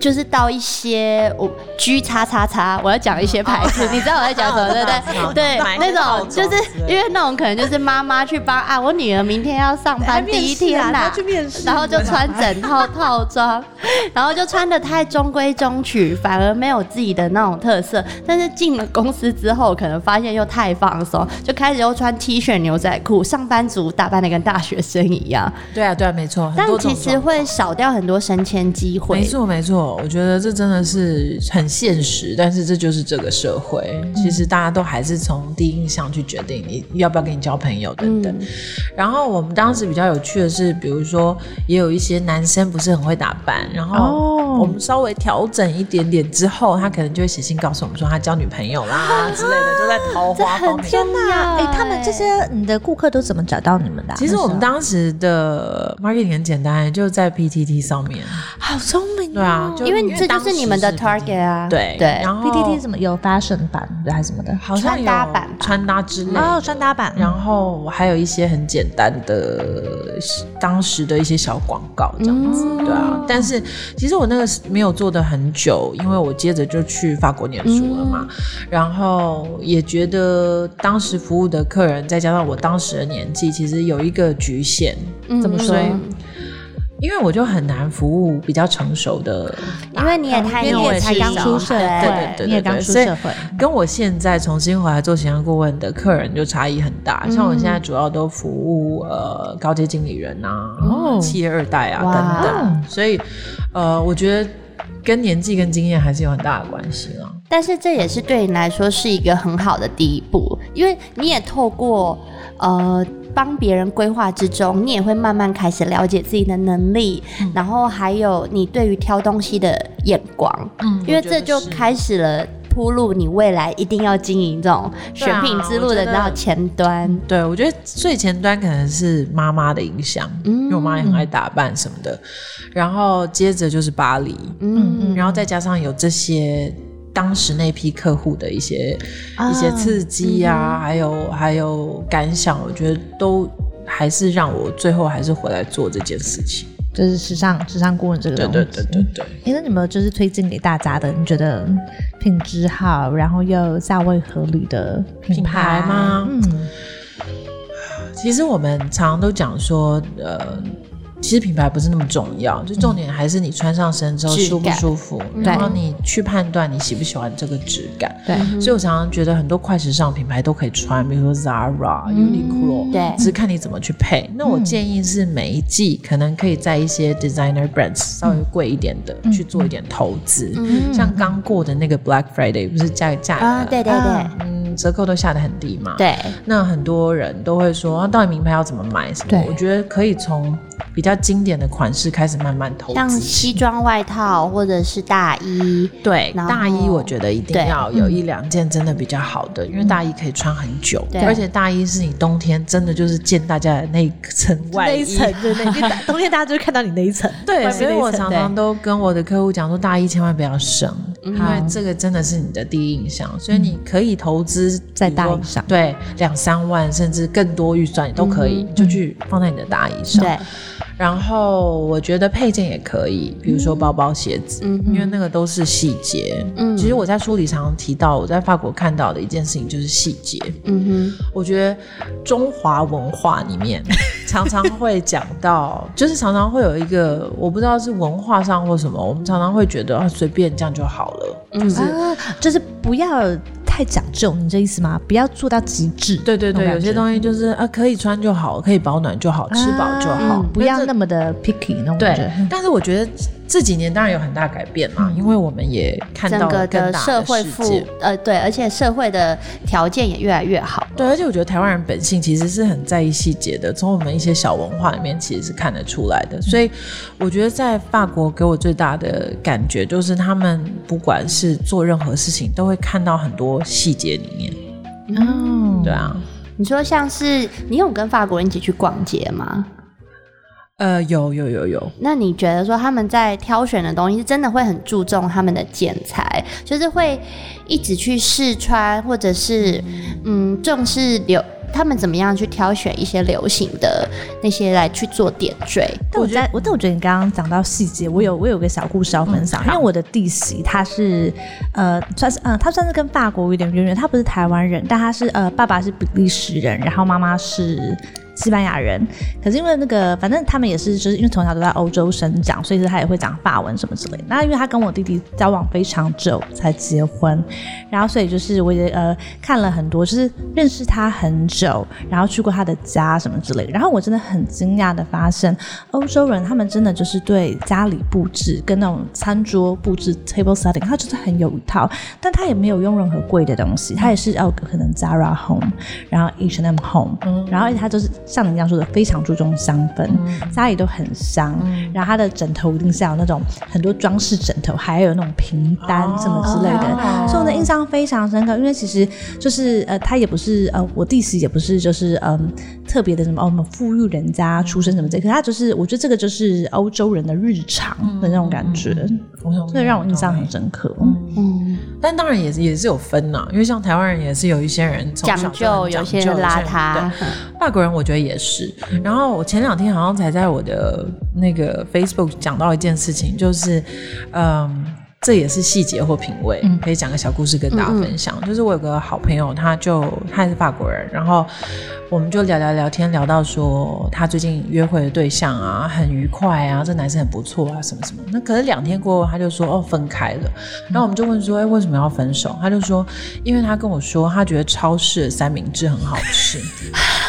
Speaker 1: 就是到一些我 G 叉叉叉，我要讲一些牌子，你知道我在讲什么对 不对？对，那种就是因为那种可能就是妈妈去帮啊，我女儿明天要上班第一天啦，
Speaker 2: 哎面
Speaker 1: 然后就穿整套套装，然后就穿的太中规中矩，反而没有自己的那种特色。但是进了公司之后，可能发现又太放松，就开始又穿 T 恤、牛仔裤，上班族打扮的跟大学生一样。
Speaker 3: 对啊，对啊，没错。很
Speaker 1: 但
Speaker 3: 多
Speaker 1: 其
Speaker 3: 种
Speaker 1: 实
Speaker 3: 状
Speaker 1: 会少掉很多升迁机会。
Speaker 3: 没错，没错，我觉得这真的是很现实，但是这就是这个社会。其
Speaker 1: 嗯
Speaker 3: 实大家都还是从第一印象去决定你要不要跟你交朋友
Speaker 1: 嗯
Speaker 3: 等等。然后我们当时比较有趣的是，比如说也有一些男生不是很会打扮，然
Speaker 2: 哦
Speaker 3: 后我们稍微调整一点点之后，他可能就会写信告诉我们说他啊交女朋友啦之类的，就在桃 花方面。
Speaker 2: 天哪！哎、他们这些你的顾客都怎么找到你们的啊、
Speaker 3: 其实我们
Speaker 2: 那时
Speaker 3: 当时的 marketing 很简单，就是在 PTT 上面。
Speaker 2: 候好聪明、哦，
Speaker 3: 对啊，就
Speaker 1: 因为这就
Speaker 3: 当时
Speaker 1: 是
Speaker 3: 是
Speaker 1: 你们的
Speaker 3: PTT
Speaker 1: target 啊。
Speaker 3: 对
Speaker 1: 对。
Speaker 3: 然后
Speaker 2: PTT 怎么有 fashion 版的还是什么的？
Speaker 3: 好像
Speaker 1: 穿
Speaker 3: 有
Speaker 1: 搭版吧
Speaker 3: 穿搭之类的。
Speaker 2: 哦，穿搭版，
Speaker 3: 然
Speaker 1: 嗯
Speaker 3: 后还有一些很简单的当时的一些小广告这样子，
Speaker 1: 嗯
Speaker 3: 对啊。但是其实我那个是没有做的很久，因为我接着就去法国念书了
Speaker 1: 嗯
Speaker 3: 嘛。然后也觉得当时服务的客人，再加上我当时的年纪，其实有一个局限。
Speaker 1: 嗯
Speaker 3: 怎么说
Speaker 1: 嗯
Speaker 3: 因为我就很难服务比较成熟的，
Speaker 1: 因为你也太
Speaker 2: 因为
Speaker 1: 年
Speaker 2: 你也才
Speaker 1: 轻
Speaker 2: 刚出社
Speaker 1: 对
Speaker 2: 会，
Speaker 3: 对对对
Speaker 2: 你也刚出社会，
Speaker 3: 跟我现在重新回来做形象顾问的客人就差异很大。像我现在主要都服务呃高阶经理人啊、
Speaker 2: 哦
Speaker 3: 企业二代啊
Speaker 1: 哇
Speaker 3: 等等，所以呃，我觉得跟年纪跟经验还是有很大的关系啦。
Speaker 1: 但是这也是对你来说是一个很好的第一步，因为你也透过呃帮别人规划之中，你也会慢慢开始了解自己的能力，然后还有你对于挑东西的眼光，
Speaker 3: 嗯
Speaker 1: 因为这就开始了铺路，你未来一定要经营这种
Speaker 3: 对啊
Speaker 1: 选品之路
Speaker 3: 我
Speaker 1: 的
Speaker 3: 觉得
Speaker 1: 到前端。
Speaker 3: 对，我觉得最前端可能是妈妈的影响，因为我妈也很爱打扮什么的。然后接着就是巴黎，
Speaker 1: 嗯，
Speaker 3: 然后再加上有这些当时那批客户的一些、
Speaker 2: 啊
Speaker 3: 一些刺激啊，
Speaker 1: 嗯
Speaker 3: 还有还有感想，我觉得都还是让我最后还是回来做这件事情。
Speaker 2: 就是时尚时尚顾问这个
Speaker 3: 对
Speaker 2: 东西。
Speaker 3: 对对对对。
Speaker 2: 哎，那你们就是推荐给大家的，你觉得品质好，然后又价位合理的品
Speaker 3: 品
Speaker 2: 牌
Speaker 3: 牌吗
Speaker 2: 嗯，
Speaker 3: 其实我们常常都讲说，呃，其实品牌不是那么重要，就重点还是你穿上身之后
Speaker 1: 嗯质
Speaker 3: 舒不
Speaker 1: 感
Speaker 3: 舒服，然后你去判断你喜不喜欢这个质感。
Speaker 2: 对，
Speaker 3: 所以我常常觉得很多快时尚品牌都可以穿，比如说 Zara、Uniqlo，
Speaker 1: 嗯对嗯
Speaker 3: 只是看你怎么去配。那我建议是每一季可能可以在一些 designer brands
Speaker 1: 嗯
Speaker 3: 稍微贵一点的、去做一点投资，嗯像刚过的那个 Black Friday 不是价价格、
Speaker 1: 啊，对对对
Speaker 2: 啊
Speaker 3: 嗯折扣都下得很低嘛，
Speaker 1: 对，
Speaker 3: 那很多人都会说，啊到底名牌要怎么买什么？
Speaker 2: 对
Speaker 3: 我觉得可以从比较经典的款式开始慢慢投
Speaker 1: 像
Speaker 3: 资起。
Speaker 1: 西装外套或者是大衣，
Speaker 3: 对
Speaker 1: 然后
Speaker 3: 大衣，我觉得一定
Speaker 1: 对
Speaker 2: 嗯
Speaker 3: 要有一两件真的比较好的，因为大衣可以穿很久，
Speaker 1: 对
Speaker 3: 而且大衣是你冬天真的就是见大家的那一层外
Speaker 2: 那一
Speaker 3: 衣。
Speaker 2: 层就 那，因为冬天大家就会看到你那一层，外
Speaker 3: 对，
Speaker 2: 面
Speaker 3: 所以
Speaker 2: 那一
Speaker 3: 我
Speaker 2: 层
Speaker 3: 常
Speaker 2: 对嗯
Speaker 3: 常都跟我的客户讲说，大衣千万不要省，因为这个真的是你的第一印象，所以你可以投资
Speaker 2: 在
Speaker 3: 比如说
Speaker 2: 大衣上嗯
Speaker 3: 对，两三万甚至更多预算你都可以，就去放在你的大衣上。
Speaker 1: 对，
Speaker 3: 然后我觉得配件也可以，比如说包包、鞋子，因为那个都是细节。
Speaker 1: 嗯
Speaker 3: 其实我在书里常常提到，我在法国看到的一件事情就是细节。
Speaker 1: 嗯
Speaker 3: 我觉得中华文化里面常常会讲到，就是常常会有一个，我不知道是文化上或什么，我们常常会觉得啊，随便这样就好了，
Speaker 1: 嗯
Speaker 3: 就是。
Speaker 2: 啊，就是不要太讲究，你这意思吗？不要做到极致。
Speaker 3: 对对对，有些
Speaker 2: 西
Speaker 3: 东西就是啊，可以穿就好，可以保暖就好，吃饱就好，
Speaker 2: 嗯不
Speaker 3: 那
Speaker 2: 要
Speaker 3: 这
Speaker 2: 那么的 picky 那种感
Speaker 3: 对
Speaker 2: 觉。，
Speaker 3: 但是我觉得这几年当然有很大改变
Speaker 2: 嗯
Speaker 3: 嘛，因为我们也看
Speaker 1: 哼，
Speaker 3: 到
Speaker 1: 整
Speaker 3: 了
Speaker 1: 个
Speaker 3: 更
Speaker 1: 的
Speaker 3: 大
Speaker 1: 社会
Speaker 3: 世
Speaker 1: 富
Speaker 3: 界。
Speaker 1: 呃对，而且社会的条件也越来越好。
Speaker 3: 对，而且我觉得台湾人本性其实是很在意细节的，从我们一些小文化里面其实是看得出来的。所以我觉得在法国给我最大的感觉就是，他们不管是做任何事情，都会看到很多细节里面。
Speaker 2: 嗯，
Speaker 3: 对啊，
Speaker 1: 你说像是你有跟法国人一起去逛街吗？
Speaker 3: 呃，有有有有，
Speaker 1: 那你觉得说他们在挑选的东西是真的会很注重他们的剪裁，就是会一直去试穿，或者是嗯重视流他们怎么样去挑选一些流行的那些来去做点缀？
Speaker 2: 但我在我嗯但我觉得你刚刚讲到细节，我有我有个小故事要分享，因为我的弟媳她是呃算是呃她算是跟法国有点渊源，她不是台湾人，但她是呃爸爸是比利时人，然后妈妈是。西班牙人，可是因为那个，反正他们也是，就是因为从小都在欧洲生长，所以他也会讲法文什么之类的。那因为他跟我弟弟交往非常久才结婚，然后所以就是我也呃看了很多，就是认识他很久，然后去过他的家什么之类的。然后我真的很惊讶的发现，欧洲人他们真的就是对家里布置跟那种餐桌布置 table setting，他就是很有一套，但他也没有用任何贵的东西，他也是哦可能 Zara Home，然后 H&M Home，、然后而且他就是像你这样说的非常注重香氛，家里都很香，然后他的枕头一定是要有那种很多装饰枕头，还有那种平单什么之类的，
Speaker 3: 哦
Speaker 2: 所以我的印象非常深刻，因为其实就是呃，他也不是呃，我弟媳也不是就是嗯、特别的什么哦，我们富裕人家出身什么这，可是他就是我觉得这个就是欧洲人的日常的那种感觉，
Speaker 3: 我想
Speaker 2: 所以让我印象很深刻。嗯
Speaker 1: 嗯，
Speaker 3: 但当然也是也是有分呐、因为像台湾人也是有一些人从
Speaker 1: 讲
Speaker 3: 小就
Speaker 1: 究
Speaker 3: 很
Speaker 1: 有些人
Speaker 3: 讲究
Speaker 1: 邋
Speaker 3: 有些人
Speaker 1: 遢嗯
Speaker 3: 对，法国人我觉得也是。然后我前两天好像才在我的那个 Facebook 讲到一件事情，就是，嗯，这也是细节或品味，
Speaker 2: 嗯
Speaker 3: 可以讲个小故事跟大家分
Speaker 1: 嗯
Speaker 3: 享。就是我有个好朋友，他就他也是法国人，然后我们就聊聊聊天，聊到说他最近约会的对象啊，很愉快啊，这男生很不错啊，什么什么。那可是两天过后，他就说哦分开了。然后我们就问说，哎，为什么要分手？他就说，因为他跟我说，他觉得超市的三明治很好吃。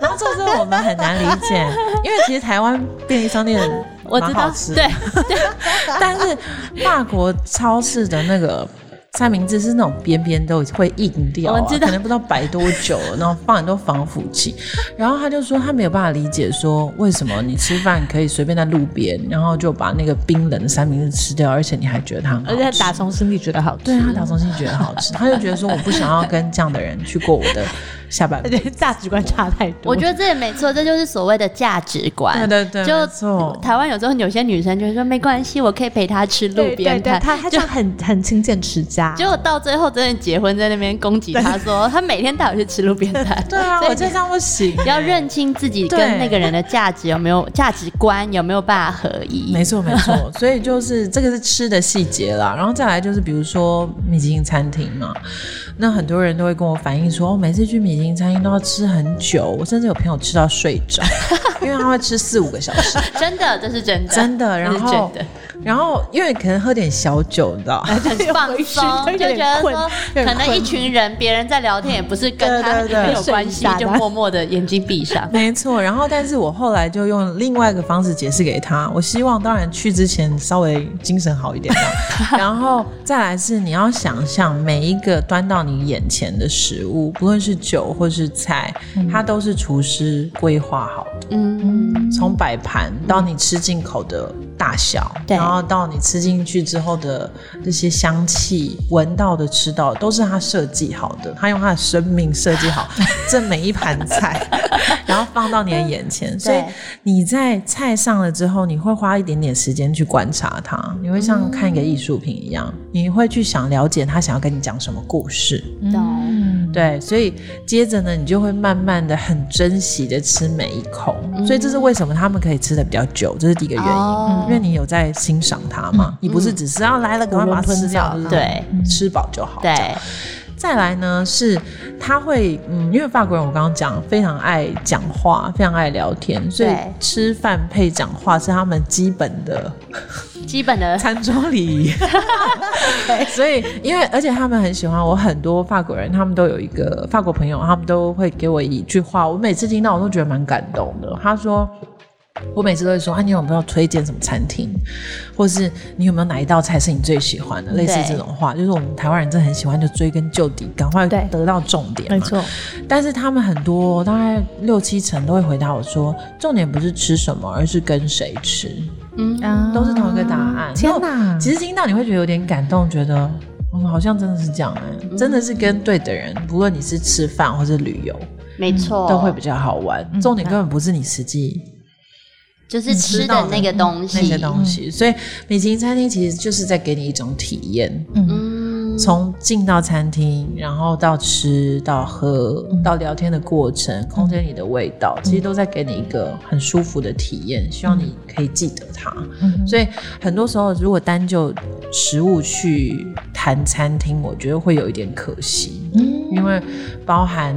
Speaker 3: 然后这是我们很难理解，因为其实台湾便利商店
Speaker 1: 我知
Speaker 3: 蛮
Speaker 1: 道
Speaker 3: 好，吃的
Speaker 1: 对，
Speaker 3: 但是法国超市的那个三明治是那种边边都会硬掉、啊，
Speaker 1: 我知道
Speaker 3: 可能不知道摆多久了，然后放很多防腐剂。然后他就说他没有办法理解，说为什么你吃饭可以随便在路边，然后就把那个冰冷的三明治吃掉，而且你还觉得它很好
Speaker 2: 而且
Speaker 3: 吃
Speaker 2: 打从心底觉得好吃。
Speaker 3: 对他打从心里觉得好吃，他就觉得说我不想要跟这样的人去过我的下半辈子。
Speaker 2: 对，价值观差太多。
Speaker 1: 我觉得这也没错，这就是所谓的价值观。
Speaker 3: 对对对没
Speaker 1: 就
Speaker 3: 错
Speaker 1: 台湾有时候有些女生就会说没关系，我可以陪她吃 路
Speaker 2: 对对
Speaker 1: 边
Speaker 2: 对，
Speaker 1: 摊。
Speaker 2: 他他这样很很勤俭持家。嗯
Speaker 1: 结果到最后真的结婚，在那边攻击她说她每天带我去吃路边摊。
Speaker 3: 对啊，
Speaker 1: 所以
Speaker 3: 我这样不行。
Speaker 1: 要认清自己
Speaker 3: 对
Speaker 1: 跟那个人的价值有没有价值观有没有办法合一。
Speaker 3: 没错，没错，所以就是这个是吃的细节啦，然后再来就是比如说米其林餐厅嘛，那很多人都会跟我反映说，哦、每次去米其林餐厅都要吃很久，我甚至有朋友吃到睡着，因为他会吃四五个小时，
Speaker 1: 真的，这是真的，
Speaker 3: 真的。
Speaker 1: 这
Speaker 3: 然
Speaker 1: 是
Speaker 3: 后
Speaker 1: 真 的，
Speaker 3: 然后因为可能喝点小酒，你知道。
Speaker 1: 很放松，就觉得说可能一群人别人在聊天，也不是跟他
Speaker 3: 对对对
Speaker 1: 没有关系
Speaker 2: 剩下，的
Speaker 1: 就默默的眼睛闭上。
Speaker 3: 没错，然后但是我后来就用另外一个方式解释给他，我希望当然去之前稍微精神好一点啦，然后再来是你要想象每一个端到你眼前的食物，不论是酒或是菜，它都是厨师规划好的，
Speaker 1: 嗯，
Speaker 3: 从摆盘到你吃进口的大小，
Speaker 1: 对
Speaker 3: 然后到你吃进去之后的这些香气，闻到的、吃到的，都是他设计好的，他用他的生命设计好这每一盘菜，然后放到你的眼前。所以你在菜上了之后，你会花一点点时间去观察它，你会像看一个艺术品一样，你会去想了解他想要跟你讲什么故事。
Speaker 1: 懂。
Speaker 2: 嗯，
Speaker 3: 对，所以接着呢，你就会慢慢的很珍惜的吃每一口，所以这是为什么他们可以吃的比较久，这是第一个原因，
Speaker 1: 嗯哦嗯
Speaker 3: 因为你有在欣赏它嘛，你不是只是要来了赶快把它吃掉，
Speaker 2: 囫囵吞枣
Speaker 1: 对
Speaker 3: 嗯吃饱就好。这样
Speaker 1: 对，
Speaker 3: 再来呢是他会，嗯，因为法国人我刚刚讲非常爱讲话，非常爱聊天，所以
Speaker 1: 对
Speaker 3: 吃饭配讲话是他们基本的
Speaker 1: 基本的
Speaker 3: 餐桌 礼仪。所以，因为而且他们很喜欢我，很多法国人他们都有一个法国朋友，他们都会给我一句话，我每次听到我都觉得蛮感动的。他说。我每次都会说，啊，你有没有推荐什么餐厅，或是你有没有哪一道菜是你最喜欢的？类似这种话，就是我们台湾人真的很喜欢就追根究底，赶快
Speaker 2: 对
Speaker 3: 得到重点。
Speaker 2: 没。错，
Speaker 3: 但是他们很多大概六七成都会回答我说，重点不是吃什么，而是跟谁吃。嗯
Speaker 2: 嗯
Speaker 3: 都是同一个答案。
Speaker 2: 天
Speaker 3: 然
Speaker 2: 哪
Speaker 1: 嗯
Speaker 3: 后！其实听到你会觉得有点感动，觉得嗯，好像真的是这样哎、
Speaker 1: 嗯
Speaker 3: 真的是跟对的人，不论你是吃饭或是旅游，
Speaker 1: 没错，
Speaker 3: 嗯都会比较好玩。重点根本不是你实际
Speaker 1: 就是嗯吃的那个东
Speaker 3: 那
Speaker 1: 西嗯
Speaker 3: 个。东西，所以米其林餐厅其实就是在给你一种体验。
Speaker 1: 嗯，
Speaker 3: 从进到餐厅，然后到吃到喝，
Speaker 1: 嗯
Speaker 3: 到聊天的过程，空间里的味道，其实都在给你一个很舒服的体验，希望你可以记得它。
Speaker 2: 嗯
Speaker 3: 所以很多时候，如果单就食物去谈餐厅，我觉得会有一点可惜，
Speaker 2: 嗯
Speaker 3: 因为包含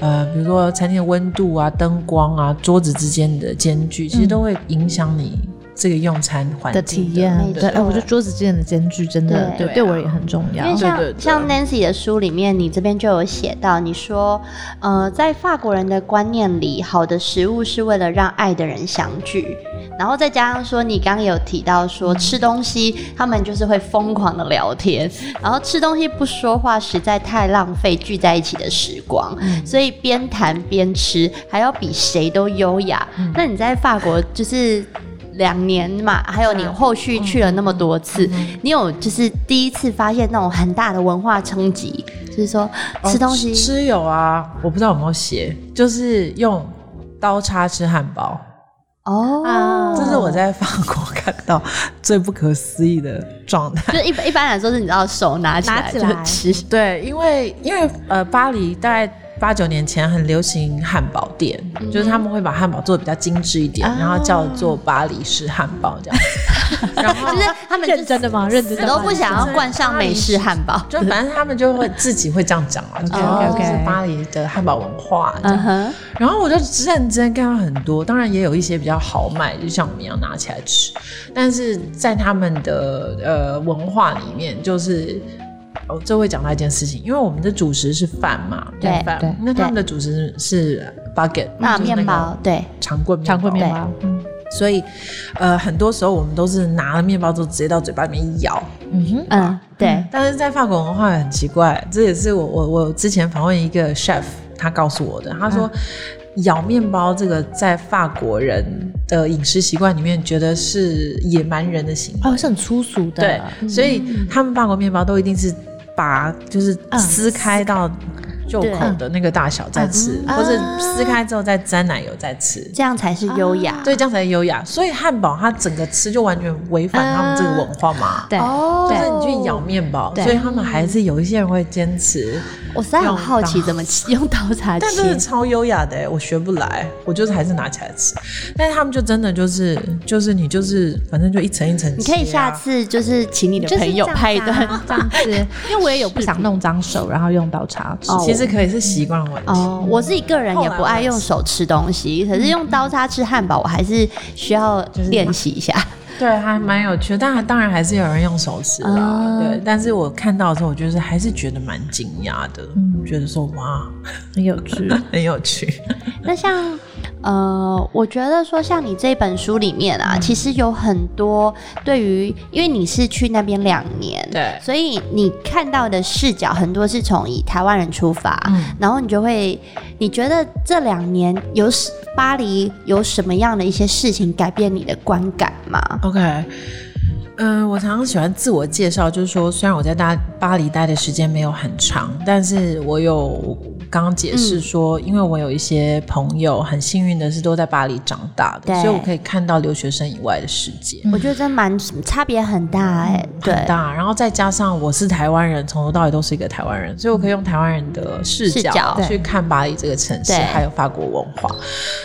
Speaker 3: 呃，比如说餐厅的温度啊、灯光啊、桌子之间的间距，其实都会影响你这个用餐环
Speaker 2: 嗯的
Speaker 3: 境
Speaker 2: 体验
Speaker 1: 没，
Speaker 2: 对，哎，
Speaker 1: 错
Speaker 2: 我觉得桌子之间的间距真的
Speaker 1: 对
Speaker 2: 对
Speaker 3: 对啊
Speaker 2: 对我也很重要
Speaker 1: 因为。像
Speaker 3: 对对对
Speaker 1: 像 Nancy 的书里面，你这边就有写到，你说，呃，在法国人的观念里，好的食物是为了让爱的人相聚，然后再加上说，你刚刚有提到说吃东西，他们就是会疯狂的聊天，然后吃东西不说话实在太浪费聚在一起的时光，所以边谈边吃，还要比谁都优雅。那你在法国就是。两年嘛，还有你后续去了那么多次，你有就是第一次发现那种很大的文化冲击，就是说
Speaker 3: 哦
Speaker 1: 吃东西，
Speaker 3: 吃有啊，我不知道有没有写，就是用刀叉吃汉堡，
Speaker 1: 哦，
Speaker 2: 啊
Speaker 3: 这是我在法国看到最不可思议的状态。
Speaker 1: 就是一般一般来说是你知道手拿起来
Speaker 2: 拿起
Speaker 1: 就
Speaker 2: 来
Speaker 1: 吃，
Speaker 3: 对，因为因为呃，巴黎大概八九年前很流行汉堡店，
Speaker 1: 嗯
Speaker 3: 就是他们会把汉堡做的比较精致一点，
Speaker 1: 啊
Speaker 3: 然后叫做巴黎式汉 堡这样。然后
Speaker 1: 就是他们
Speaker 2: 认真的吗认真的
Speaker 1: 死
Speaker 2: 吗
Speaker 1: 都不想要冠上美式汉堡。
Speaker 3: 就反正他们就会自己会这样讲啊，就是
Speaker 2: OK，OK
Speaker 3: 就是巴黎的汉堡文化这 样
Speaker 1: 哦嗯哼，
Speaker 3: 然后我就认真看到很多，当然也有一些比较豪迈，就像我们一样拿起来吃，但是在他们的呃文化里面，就是哦，这会讲到一件事情，因为我们的主食是饭嘛，
Speaker 1: 对
Speaker 3: 面饭
Speaker 2: 对
Speaker 3: 那他们的主食是 bucket，
Speaker 1: 那
Speaker 3: 嗯就是
Speaker 1: 面包对，
Speaker 3: 长棍
Speaker 2: 长棍面
Speaker 3: 包。
Speaker 2: 包，
Speaker 3: 所以，呃，很多时候我们都是拿了面包之后直接到嘴巴里面咬，
Speaker 2: 嗯哼，
Speaker 1: 嗯对，
Speaker 3: 但是在法国文化很奇怪，这也是我我我之前访问一个 chef，他告诉我的，他说。咬面包这个在法国人的饮食习惯里面，觉得是野蛮人的行为。
Speaker 2: 哦，是很粗俗的，
Speaker 3: 对，所以他们法国面包都一定是把就是
Speaker 2: 嗯
Speaker 3: 撕开到袖口的那个大小再吃，
Speaker 1: 嗯
Speaker 3: 或者
Speaker 1: 啊
Speaker 3: 撕开之后再沾奶油再吃。
Speaker 1: 这样才是优雅。
Speaker 3: 对，这样才优雅。所以汉堡它整个吃就完全违反他们这个文化嘛。
Speaker 2: 对，
Speaker 1: 哦
Speaker 3: 就是你去咬面包，
Speaker 2: 对
Speaker 3: 所以他们还是有一些人会坚持，
Speaker 1: 我实在很好奇 怎么切用刀叉
Speaker 3: 但真的
Speaker 1: 切。
Speaker 3: 超优雅的、欸，我学不来，我就是还是拿起来吃。但是他们就真的就是就是你就是反正就一层一层、啊
Speaker 1: 你可以下。次啊就是啊请你的朋友拍一段，
Speaker 2: 这样子， 因为我也有不想弄脏手，然后用刀叉吃。
Speaker 1: 哦
Speaker 3: 其实可以是习惯问题，
Speaker 1: 哦， 我自己个人也不爱用手吃东西，可是用刀叉吃汉堡，我还是需要练习一下。
Speaker 3: 对，还蛮有趣的。但当然还是有人用手吃啦，
Speaker 1: 啊
Speaker 3: 对。但是我看到的时候，我就是还是觉得蛮惊讶的，
Speaker 1: 嗯
Speaker 3: 觉得说哇，
Speaker 2: 很有趣，
Speaker 3: 很有趣。
Speaker 1: 那像呃，我觉得说像你这本书里面啊，其实有很多对于，因为你是去那边两年，
Speaker 3: 对
Speaker 1: 所以你看到的视角很多是从以台湾人出发，
Speaker 3: 嗯
Speaker 1: 然后你就会，你觉得这两年有什巴黎有什么样的一些事情改变你的观感吗？
Speaker 3: OK，嗯、我常常喜欢自我介绍，就是说，虽然我在大巴黎待的时间没有很长，但是我有刚刚解释说，因为我有一些朋友很幸运的是都在巴黎长大的，
Speaker 1: 对
Speaker 3: 所以我可以看到留学生以外的世界。
Speaker 1: 我觉得真蛮差别很大哎、对，
Speaker 3: 嗯很大，然后再加上我是台湾人，从头到尾都是一个台湾人，所以我可以用台湾人的视
Speaker 1: 视角
Speaker 3: 角
Speaker 1: 对
Speaker 3: 去看巴黎这个城市，
Speaker 1: 对
Speaker 3: 还有法国文化。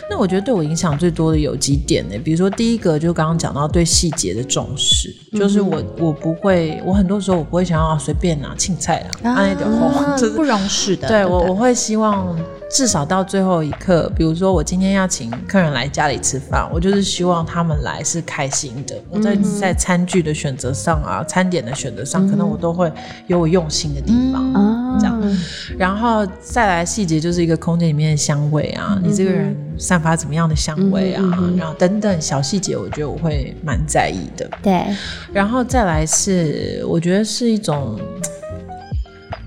Speaker 3: 那我觉得对我影响最多的有几点呢、比如说第一个，就刚刚讲到对细节的重视，就是
Speaker 1: 嗯
Speaker 3: 我我不会，我很多时候我不会想要啊随便拿青菜啊，按一点红，就是
Speaker 2: 不容许的。
Speaker 3: 对我
Speaker 2: 不
Speaker 3: 我会希望至少到最后一刻，比如说我今天要请客人来家里吃饭，我就是希望他们来是开心的。我在在餐具的选择上啊，餐点的选择上，可能我都会有我用心的地方。
Speaker 1: 啊
Speaker 3: 这样然后再来细节，就是一个空间里面的香味啊，你这个人散发怎么样的香味啊，然后等等小细节，我觉得我会蛮在意的。
Speaker 1: 对，
Speaker 3: 然后再来是，我觉得是一种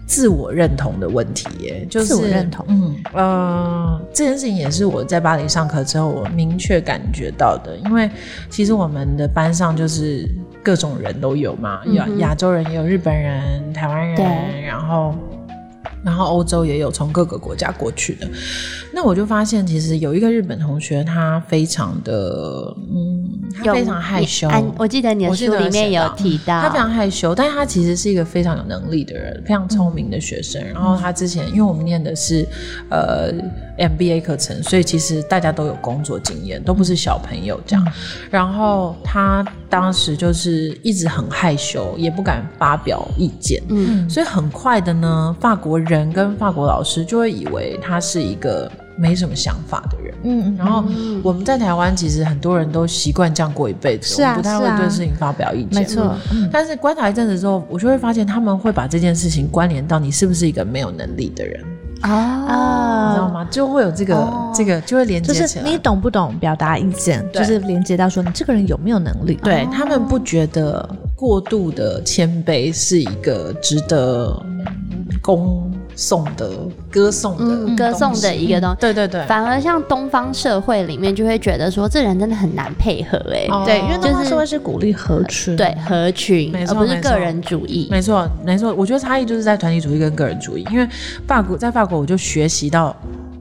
Speaker 3: 自我认同的问题耶，就是
Speaker 2: 自我认同
Speaker 3: 嗯呃，这件事情也是我在巴黎上课之后，我明确感觉到的，因为其实我们的班上就是各种人都有嘛，有亚洲人，也有日本人、台湾
Speaker 1: 对
Speaker 3: 人，然后。然后欧洲也有从各个国家过去的，那我就发现其实有一个日本同学，他非常的，嗯，他
Speaker 1: 有
Speaker 3: 非常害
Speaker 1: 你
Speaker 3: 羞。
Speaker 1: 安我记得你的
Speaker 3: 我记
Speaker 1: 书
Speaker 3: 得
Speaker 1: 里面
Speaker 3: 写
Speaker 1: 有
Speaker 3: 到
Speaker 1: 提到，
Speaker 2: 啊
Speaker 3: 他非常害羞，但是他其实是一个非常有能力的人，非常聪明的学生。
Speaker 2: 嗯
Speaker 3: 然后他之前，因为我们念的是呃 MBA 课程，所以其实大家都有工作经验，都不是小朋友这样。
Speaker 2: 嗯
Speaker 3: 然后他当时就是一直很害羞，也不敢发表意见。
Speaker 1: 嗯，
Speaker 3: 所以很快的呢，法国人跟法国老师就会以为他是一个没什么想法的人。
Speaker 2: 嗯嗯，
Speaker 3: 然后我们在台湾，其实很多人都习惯这样过一辈子，
Speaker 2: 是啊
Speaker 3: 我们不太
Speaker 2: 是啊
Speaker 3: 会对事情发表意见。
Speaker 2: 没错，
Speaker 3: 但是观察一阵子之后，我就会发现他们会把这件事情关联到你是不是一个没有能力的人，你知道
Speaker 1: 哦，
Speaker 3: 吗？就会有嗯这个、
Speaker 1: 哦
Speaker 3: 这个就会连
Speaker 2: 就
Speaker 3: 接起
Speaker 2: 是
Speaker 3: 来。
Speaker 2: 你懂不懂表达意见，
Speaker 3: 对
Speaker 2: 就是连接到说你这个人有没有能力。
Speaker 3: 对他们不觉得过度的谦卑是一个值得恭颂的、歌颂的、
Speaker 1: 嗯，歌颂的一个东西。
Speaker 3: 对对对，
Speaker 1: 反而像东方社会里面就会觉得说，这人真的很难配合哎、
Speaker 3: 哦嗯
Speaker 2: 对，因为东
Speaker 1: 就
Speaker 2: 方
Speaker 1: 是
Speaker 2: 社会是鼓励合群，
Speaker 1: 对，合群，
Speaker 3: 没
Speaker 1: 而
Speaker 3: 错
Speaker 1: 不是
Speaker 3: 没错
Speaker 1: 个人主义。
Speaker 3: 没错，没错，我觉得差异就是在团体主义跟个人主义，因为法国在法国我就学习到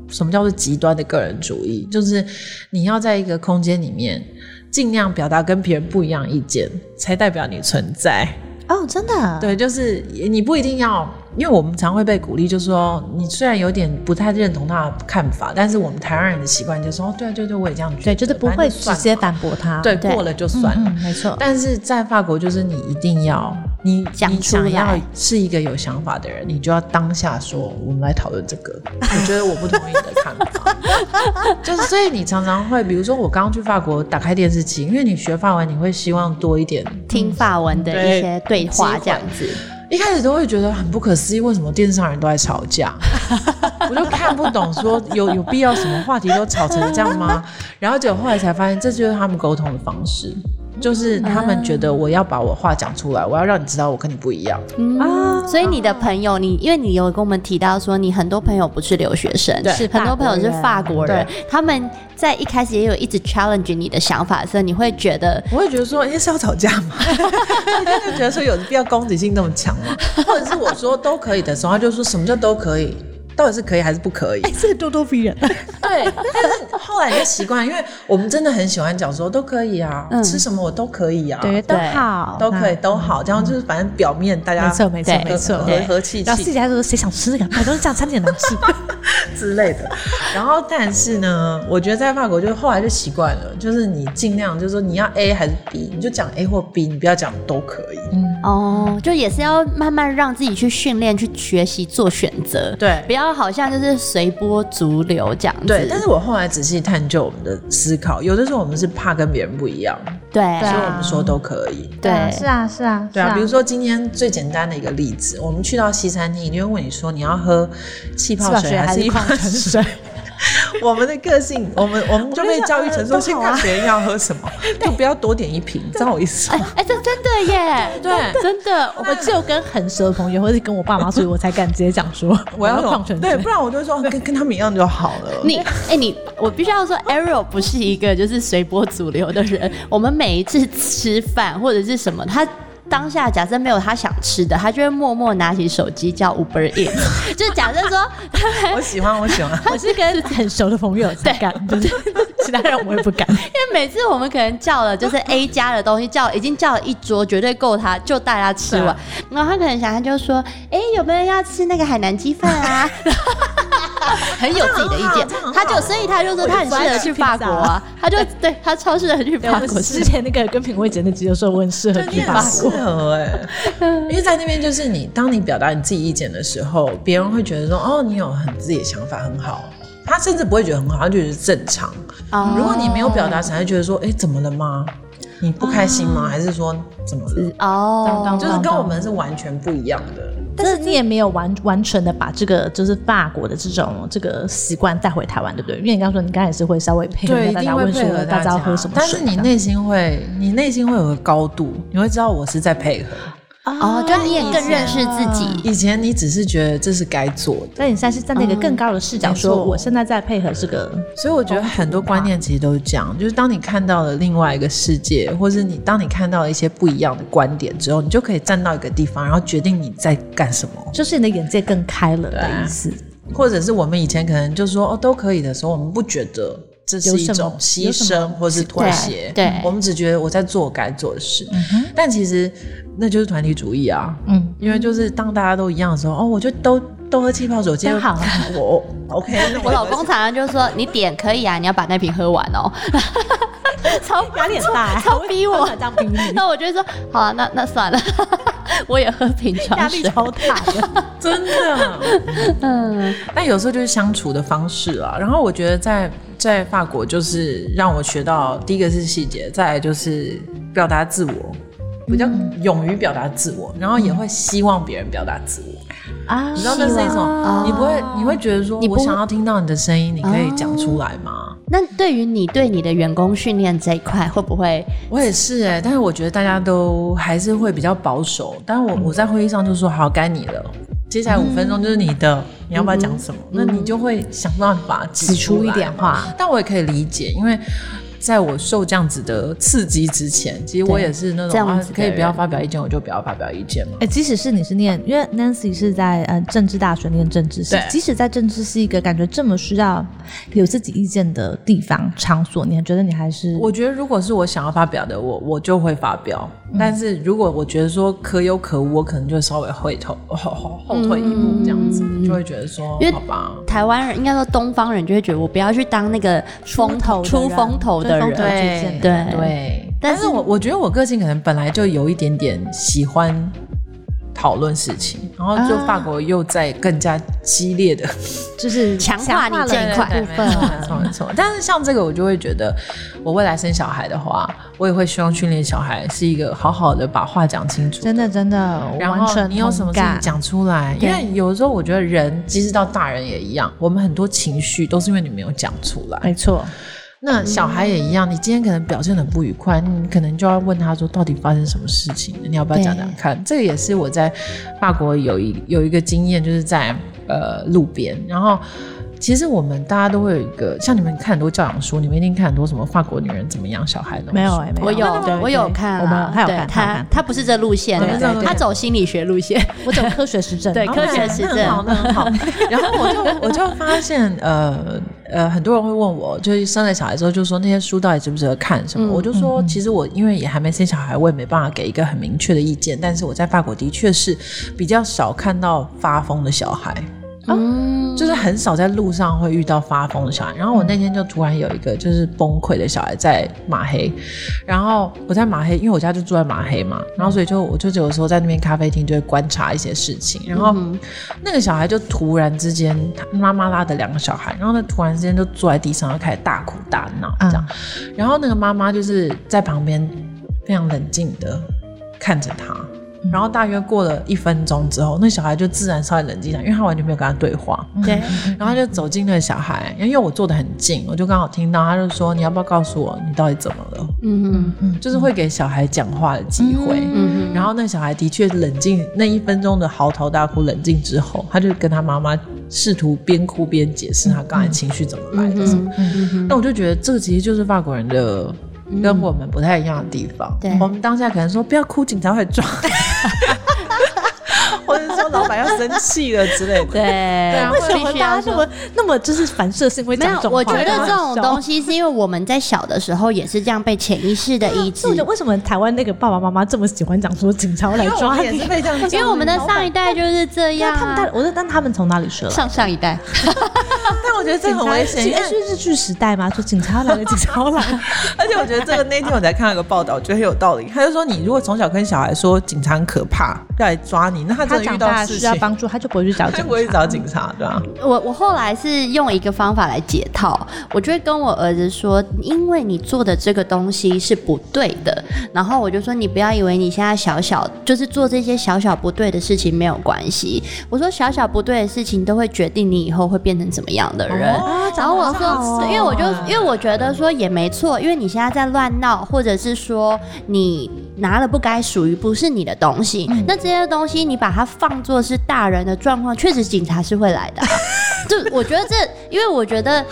Speaker 3: 什么叫做极端的个人主义，就是你要在一个空间里面尽量表达跟别人不一样意见，才代表你存在。
Speaker 2: 哦，真的，
Speaker 3: 对，就是你不一定要因为我们常会被鼓励，就说你虽然有点不太认同他的看法，但是我们台湾人的习惯就是说，哦，对啊对对，我也这样觉得，
Speaker 2: 对，就是不会直接
Speaker 3: 打，
Speaker 2: 反驳他。
Speaker 3: 对，
Speaker 1: 对
Speaker 3: 过了就算了。
Speaker 2: 嗯，没错。
Speaker 3: 但是在法国，就是你一定要你
Speaker 1: 讲
Speaker 3: 你除了
Speaker 1: 出来
Speaker 3: 要是一个有想法的人，你就要当下说，我们来讨论这 个。我觉得我不同意你的看法，就是所以你常常会，比如说我刚刚去法国，打开电视机，因为你学法文，你会希望多一点。
Speaker 1: 听法文的一些对话这样子，
Speaker 3: 一开始都会觉得很不可思议，为什么电视上人都在吵 架？我就看不懂，说有有必要什么话题都吵成这样 吗？然后结果后来才发现，这就是他们沟通的方式。就是他们觉得我要把我话讲出来，我要让你知道我跟你不一样。啊
Speaker 1: 嗯，所以你的朋友，你因为你有跟我们提到说，你很多朋友不是留学生，
Speaker 3: 对
Speaker 1: 是很多朋友是法国人
Speaker 3: 对，
Speaker 1: 他们在一开始也有一直 challenge 你的想法的时候，你会觉得
Speaker 3: 我会觉得说，哎、是要吵架 吗？就觉得说有必要攻击性那么强吗？ 或者是我说都可以的时候，他就说什么叫都可以？到底是可以还是不 可以？
Speaker 2: 这个咄咄逼人，
Speaker 3: 对，但是后来你就习惯，因为我们真的很喜欢讲说都可以啊，
Speaker 1: 嗯
Speaker 3: 吃什么我都可以啊，
Speaker 2: 哦对，都好，
Speaker 3: 都可以，都好，这样就是反正表面大家
Speaker 2: 没错没错
Speaker 1: 对
Speaker 2: 没错
Speaker 3: 和
Speaker 2: 对
Speaker 3: 和和气
Speaker 2: 然后自
Speaker 3: 气
Speaker 2: 己还说谁想吃这个，买都是这样餐点难吃。
Speaker 3: 之类的。然后但是呢，我觉得在法国就是后来就习惯了，就是你尽量就是说你要 A 还是 B，你就讲 A 或 B，你不要讲都可以。
Speaker 2: 嗯
Speaker 1: 哦，就也是要慢慢让自己去训练、去学习做选择，
Speaker 3: 对
Speaker 1: 不要好像就是随波逐流这样子。
Speaker 3: 对，但是我后来仔细探究我们的思考，有的时候我们是怕跟别人不一样，
Speaker 1: 对
Speaker 3: 所
Speaker 2: 啊
Speaker 3: 以我们说都可以。
Speaker 1: 对
Speaker 2: 啊是啊是啊，
Speaker 3: 对啊，
Speaker 2: 是
Speaker 3: 比如说今天最简单的一个例子，我们去到西餐厅，一定会问你说你要喝气
Speaker 2: 气
Speaker 3: 泡
Speaker 2: 泡
Speaker 3: 水
Speaker 2: 水
Speaker 3: 还
Speaker 2: 还
Speaker 3: 是
Speaker 2: 是
Speaker 3: 一
Speaker 2: 矿
Speaker 3: 般
Speaker 2: 泉
Speaker 3: 水？
Speaker 2: 水，
Speaker 3: 我们的个性，我们我们就被教育成说，
Speaker 2: 我就
Speaker 3: 先
Speaker 2: 想
Speaker 3: 看别人要喝什 么，就不要多点一瓶，知道我意思
Speaker 1: 哎
Speaker 3: 吗？
Speaker 1: 哎，这真的 耶，
Speaker 3: 对。
Speaker 2: 真的，我只有跟很熟的朋友，或是跟我爸妈，所以我才敢直接讲说
Speaker 3: 我要
Speaker 2: 矿泉
Speaker 3: 对，
Speaker 2: 水
Speaker 3: 不。然我就会说跟跟他们一样就好了。
Speaker 1: 你哎、你我必须要说，Ariel 不是一个就是随波逐流的人。我们每一次吃饭或者是什么，他当下假设没有他想吃的，他就会默默拿起手机叫 Uber Eats。就假设说，
Speaker 3: 我喜欢，我喜 欢。
Speaker 2: 我是跟很熟的朋友才敢，就是其他人我也不 敢。
Speaker 1: 因为每次我们可能叫了就是 A 家的东西，叫已经叫了一桌，绝对够他就大家吃
Speaker 3: 对
Speaker 1: 完
Speaker 3: 啊。
Speaker 1: 然后他可能想，他就说，哎、有没有人要吃那个海南鸡饭啊？ 很有自己的意见
Speaker 3: 这样很好这样很好，
Speaker 1: 他就所以他就说他很适合去法国啊，他就对他超适合去
Speaker 2: 对，
Speaker 1: 法
Speaker 2: 我
Speaker 1: 国
Speaker 2: 们 之前那个跟品味姐那集就说我很适合
Speaker 3: 对
Speaker 2: 去
Speaker 3: 你
Speaker 2: 法
Speaker 3: 很适
Speaker 2: 国，
Speaker 3: 合哎、
Speaker 2: 嗯
Speaker 3: 因为在那边就是你，当你表达你自己意见的时候，别人会觉得说，哦，你有很自己的想法，很好。他甚至不会觉得很好，他就觉得正常。
Speaker 1: 哦
Speaker 3: 如果你没有表达，才会觉得说，哎、怎么了吗？你不开心
Speaker 2: 啊
Speaker 3: 吗？还是说怎么
Speaker 2: 嗯
Speaker 3: 了？
Speaker 1: 哦，
Speaker 2: 当
Speaker 3: 就是跟我们是完全不一样的。
Speaker 2: 但是你也没有完完全的把这个就是法国的这种这个习惯带回台湾，对不对？因为你刚刚说你刚才也是会稍微配合大家问说大家要喝什么
Speaker 3: 但
Speaker 2: 水啊
Speaker 3: 是你内心会，你内心会有个高度，你会知道我是在配合。
Speaker 1: 哦，就你也更认识自。己，
Speaker 3: 以前你只是觉得这是该做的，
Speaker 2: 但你现在是站在一个更高的视角，
Speaker 3: 嗯
Speaker 2: 说
Speaker 3: 没错
Speaker 2: 我现在在配合这个，
Speaker 3: 所以我觉得很多观念其实都是这样，就是当你看到了另外一个世界，或是你当你看到了一些不一样的观点之后，你就可以站到一个地方，然后决定你在干什么。
Speaker 2: 就是你的眼界更开了
Speaker 3: 对
Speaker 2: 的
Speaker 3: 啊
Speaker 2: 意思。
Speaker 3: 或者是我们以前可能就说哦都可以的时候，我们不觉得这是一
Speaker 2: 有什
Speaker 3: 种
Speaker 2: 么
Speaker 3: 牺牲或是妥协，
Speaker 1: 对对
Speaker 3: 我们只觉得我在做我该做的事。但其实那就是团体主义啊，
Speaker 2: 嗯，
Speaker 3: 因为就是当大家都一样的时候，哦，我就都都喝气泡酒，今天
Speaker 2: 真好啊
Speaker 3: 我 OK，那
Speaker 1: 我老公常常就说你点可以啊，你要把那瓶喝完哦， 超
Speaker 2: 压力很 大，
Speaker 1: 超逼我
Speaker 2: 当兵
Speaker 1: 那我就会说好啊，那那算了， 我也喝瓶 装
Speaker 2: 压力
Speaker 1: 水。
Speaker 2: 超大的。
Speaker 3: 真的，
Speaker 1: 嗯，
Speaker 3: 但有时候就是相处的方式啊。然后我觉得在在法国，就是让我学到第一个是细节，再来就是表达自我，比较
Speaker 1: 嗯
Speaker 3: 勇于表达自我，然后也会希望别人表达自我。
Speaker 2: 啊
Speaker 3: 你知道那是一种，你不会，你会觉得说，
Speaker 1: 你不
Speaker 3: 我
Speaker 1: 会
Speaker 3: 想要听到你的声音，你可以讲出来吗？
Speaker 1: 那对于你对你的员工训练这一块，会不会
Speaker 3: 我也是哎、但是我觉得大家都还是会比较保守。但是我
Speaker 1: 嗯
Speaker 3: 我在会议上就说，好，该你了。接下来五分钟就是你
Speaker 1: 嗯
Speaker 3: 的，你要不要讲什么？那你就会想办法
Speaker 2: 指出一
Speaker 3: 来
Speaker 2: 点
Speaker 3: 嘛
Speaker 1: 嗯
Speaker 2: 话，
Speaker 3: 但我也可以理解，因为在我受这样子的刺激之前，其实我
Speaker 1: 对
Speaker 3: 也是那
Speaker 1: 这样
Speaker 3: 种啊
Speaker 1: 子，的
Speaker 3: 可以不要
Speaker 1: 人
Speaker 3: 发表意见，我就不要发表意见嘛。
Speaker 2: 哎、即使是你是念，因为 Nancy 是在呃政治大学念政治系
Speaker 3: 对，
Speaker 2: 即使在政治系一个感觉这么需要有自己意见的地方场所，你还觉得你还是
Speaker 3: 我觉得如果是我想要发表的，我我就会发表。
Speaker 1: 嗯
Speaker 3: 但是如果我觉得说可有可无，我可能就稍微回头后后后退一
Speaker 1: 嗯
Speaker 3: 步，这样子、就会觉得说
Speaker 1: 因为，
Speaker 3: 好吧，
Speaker 1: 台湾人应该说东方人就会觉得我不要去当那个风头出
Speaker 2: 出风
Speaker 1: 风头
Speaker 2: 头的
Speaker 1: 的
Speaker 2: 人
Speaker 1: 人，对
Speaker 2: 对
Speaker 3: 对。
Speaker 1: 哎但
Speaker 3: 但
Speaker 1: 是
Speaker 3: 是我我觉得我个性可能本来就有一点点喜欢讨论事情，然后就法国又在更加激烈的
Speaker 2: 就是
Speaker 1: 强化你
Speaker 2: 了
Speaker 1: 这一
Speaker 2: 个
Speaker 1: 块
Speaker 2: 部分
Speaker 3: 没 错没错没错。但是像这个，我就会觉得，我未来生小孩的话，我也会希望训练小孩是一个好好的把话讲清楚。
Speaker 2: 真的真的，
Speaker 3: 然
Speaker 2: 完
Speaker 3: 后
Speaker 2: 全
Speaker 3: 你有什么
Speaker 2: 同
Speaker 3: 事情
Speaker 2: 感？
Speaker 3: 讲出来，因为有的时候我觉得人，即使到大人也一样，我们很多情绪都是因为你没有讲出来。
Speaker 2: 没错，
Speaker 3: 那小孩也一样，你今天可能表现得很不愉快，你可能就要问他说，到底发生什么事情？你要不要讲讲看？这个也是我在法国有一有一个经验，就是在呃路边，然后。其实我们大家都会有一个，像你们看很多教养书，你们一定看很多什么法国女人怎么养小孩的。
Speaker 2: 没有哎、没
Speaker 1: 我有
Speaker 2: 对，
Speaker 1: 我
Speaker 2: 对
Speaker 1: 有看
Speaker 2: 我
Speaker 1: 啊，
Speaker 2: 们还有
Speaker 1: 对
Speaker 2: 看，还有
Speaker 1: 他
Speaker 2: 看，
Speaker 1: 他不是这路线
Speaker 3: 对对
Speaker 1: 的，
Speaker 3: 对
Speaker 1: 他走心理学路线，
Speaker 2: 我走科学实证，哦
Speaker 1: 对
Speaker 2: 然后
Speaker 1: 科学实证
Speaker 3: 哦那很好，那 很好。然后我就我就发现，呃呃，很多人会问我，就是生了小孩之后，就说那些书到底值不值得看什么？
Speaker 1: 嗯
Speaker 3: 我就说，其实我因为也还没生小孩，我也没办法给一个很明确的意见。但是我在法国的确是比较少看到发疯的小孩。
Speaker 1: 嗯，
Speaker 3: 就是很少在路上会遇到发疯的小孩。然后我那天就突然有一个就是崩溃的小孩在马黑，然后我在马黑，因为我家就住在马黑嘛，然后所以就我就有时候在那边咖啡厅就会观察一些事情。然后那个小孩就突然之间，妈妈拉的两个小孩，然后呢突然之间就坐在地上，然后开始大哭大闹这样。然后那个妈妈就是在旁边非常冷静的看着他。然后大约过了一分钟之后，那小孩就自然稍微冷静下来，因为他完全没有跟他对话。
Speaker 2: 嗯
Speaker 1: 对，
Speaker 3: 然后他就走近那个小孩，因为我坐得很近，我就刚好听到，他就说：“你要不要告诉我你到底怎么了
Speaker 1: 嗯？”
Speaker 3: 就是会给小孩讲话的机会。
Speaker 1: 嗯
Speaker 3: 然后那个小孩的确冷静，那一分钟的嚎啕大哭冷静之后，他就跟他妈妈试图边哭边解释他刚才情绪怎么来的什么。
Speaker 1: 嗯嗯，
Speaker 3: 那我就觉得这个其实就是法国人的。跟我们不太一样的地方，
Speaker 1: 对
Speaker 3: 我们当下可能说不要哭，警察会 抓，或者说老板要生气了之类的。
Speaker 1: 对，对
Speaker 3: 啊
Speaker 2: 为什么大家那
Speaker 1: 说。
Speaker 2: 么那么就是反射性会
Speaker 1: 没
Speaker 2: 讲
Speaker 1: 有
Speaker 2: 这，种
Speaker 1: 我
Speaker 2: 话
Speaker 1: 觉得这种东
Speaker 2: 西。
Speaker 1: 西是因为我们在小的时候也是这样被潜意识的抑制
Speaker 2: 那我，觉得为什么台湾那个爸爸妈妈这么喜欢讲说警察会来
Speaker 3: 因为我
Speaker 2: 抓
Speaker 3: 们也
Speaker 2: 你
Speaker 3: 啊是？被这样教育，
Speaker 1: 因为我们的上一代就是这
Speaker 2: 因为
Speaker 1: 样
Speaker 2: 他们
Speaker 1: 啊
Speaker 2: 带，，我说，但他们从哪里学了？
Speaker 1: 上上一代，
Speaker 3: 但我觉得这很危险，因为
Speaker 2: 是日剧时代吗？说警察要来了，警察 要来了，
Speaker 3: 而且我觉得这个那天我才看到一个报道，觉得很有道理。他就说，你如果从小跟小孩说警察很可怕，要来抓你，那他
Speaker 2: 他
Speaker 3: 真的
Speaker 2: 长
Speaker 3: 遇
Speaker 2: 大
Speaker 3: 到
Speaker 2: 需
Speaker 3: 事
Speaker 2: 要
Speaker 3: 情，
Speaker 2: 帮助，他就不会去找
Speaker 3: 他
Speaker 2: 警
Speaker 3: 就不会
Speaker 2: 察。
Speaker 3: 找警察，对吧、
Speaker 1: 我我后来是用一个方法来解套，我就会跟我儿子说，因为你做的这个东西是不对的，然后我就说你不要以为你现在小小就是做这些小小不对的事情没有关系，我说小小不对的事情都会决定你以后会变成怎么样的人。
Speaker 3: 哦
Speaker 1: 然后我说，因为我就因
Speaker 3: 为
Speaker 1: 为我觉得说也没错，因为你现在在乱闹，或者是说你拿了不该属于不是你的东西，
Speaker 3: 嗯
Speaker 1: 那这些东西你把它放作是大人的状况，确实警察是会来的啊、 就我觉得这，因为我觉得，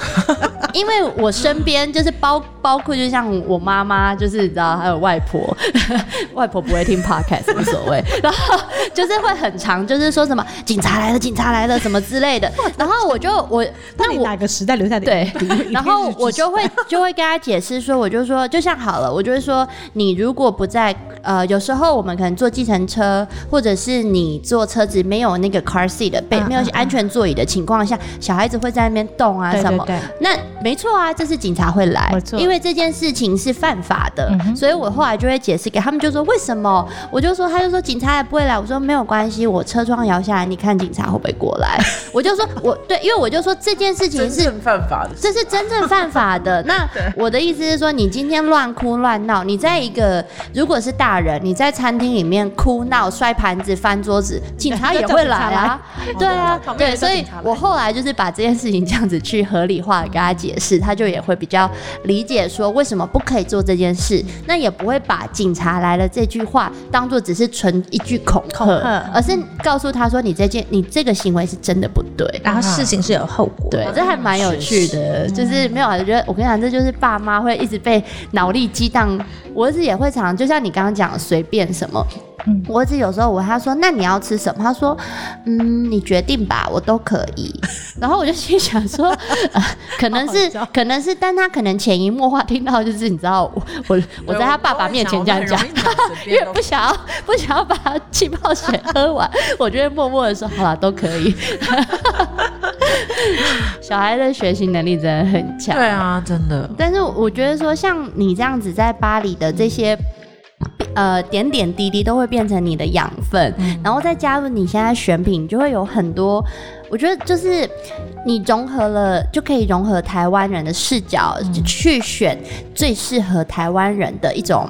Speaker 1: 因为我身边就是包包括就像我妈妈，就是你知道，还有外婆， 外婆不会听 podcast 无所谓，然后就是会很长，就是说什么警察来了，警察来了什么之类的，然后我就我那
Speaker 2: 你
Speaker 1: 我
Speaker 2: 哪个时代留下的
Speaker 1: 对
Speaker 2: 影子？一定是
Speaker 1: 然后
Speaker 2: 日剧
Speaker 1: 我
Speaker 2: 时
Speaker 1: 就 会就会跟他解释说，我就说，就像好了，我就会说，你如果不在呃，有时候我们可能坐计程车，或者是你坐车子没有那个 car seat 的
Speaker 2: 嗯
Speaker 1: 被、没有安全座椅的情况下，小孩子会在那边动啊
Speaker 2: 对
Speaker 1: 什么。
Speaker 2: 对对
Speaker 1: 那没错啊，这是警察会来
Speaker 2: 没，错嗯
Speaker 1: 因为这件事情是犯法的，所以我后来就会解释给他们，就说为什么？我就说，他就说警察也不会来，我说没有关系，我车窗摇下来，你看警察会不会过来？ 我就说我对，因为我就说这件事情
Speaker 3: 真
Speaker 1: 是
Speaker 3: 正犯法的事，
Speaker 1: 这是真 正犯法的。那我的意思是说，你今天乱哭乱闹，你在一个如果是大人，你在餐厅里面哭闹、摔盘子、翻桌子，警察也会来啊。 对啊，对，所以我后来就是把这件事情这样子去合理化地跟他解释，他就也会比较理解说为什么不可以做这件事，那也不会把警察来了这句话当做只是纯一句恐吓，
Speaker 2: 恐吓
Speaker 1: 而是告诉他说你这件你这个行为是真的不对。
Speaker 2: 然后事情是有后果。
Speaker 1: 对，这还蛮有趣的，就是没有，啊我觉得我跟你讲，这就是爸妈会一直被脑力激荡。我儿子也会常，就像你刚刚讲，随便什么。
Speaker 2: 嗯
Speaker 1: 我儿子有时候我问他说：“那你要吃什么？”他说：“嗯，你决定吧，我都可 以。”然后我就心想说：“呃可能是
Speaker 2: 好好笑，
Speaker 1: 可能是，但他可能潜移默化听到，就是你知道，我我我在他爸爸面前这样讲， 因为不想要不想要把他气泡水喝完，我就会默默的说：“好了，都可以。” 小孩的学习能力真的很强。
Speaker 3: 对啊，真的。
Speaker 1: 但是我觉得说，像你这样子在巴黎的这些。呃，点点滴滴都会变成你的养分，
Speaker 2: 嗯
Speaker 1: 然后再加入你现在选品，就会有很多。我觉得就是你融合了，就可以融合台湾人的视角、
Speaker 2: 嗯
Speaker 1: 去选最适合台湾人的一种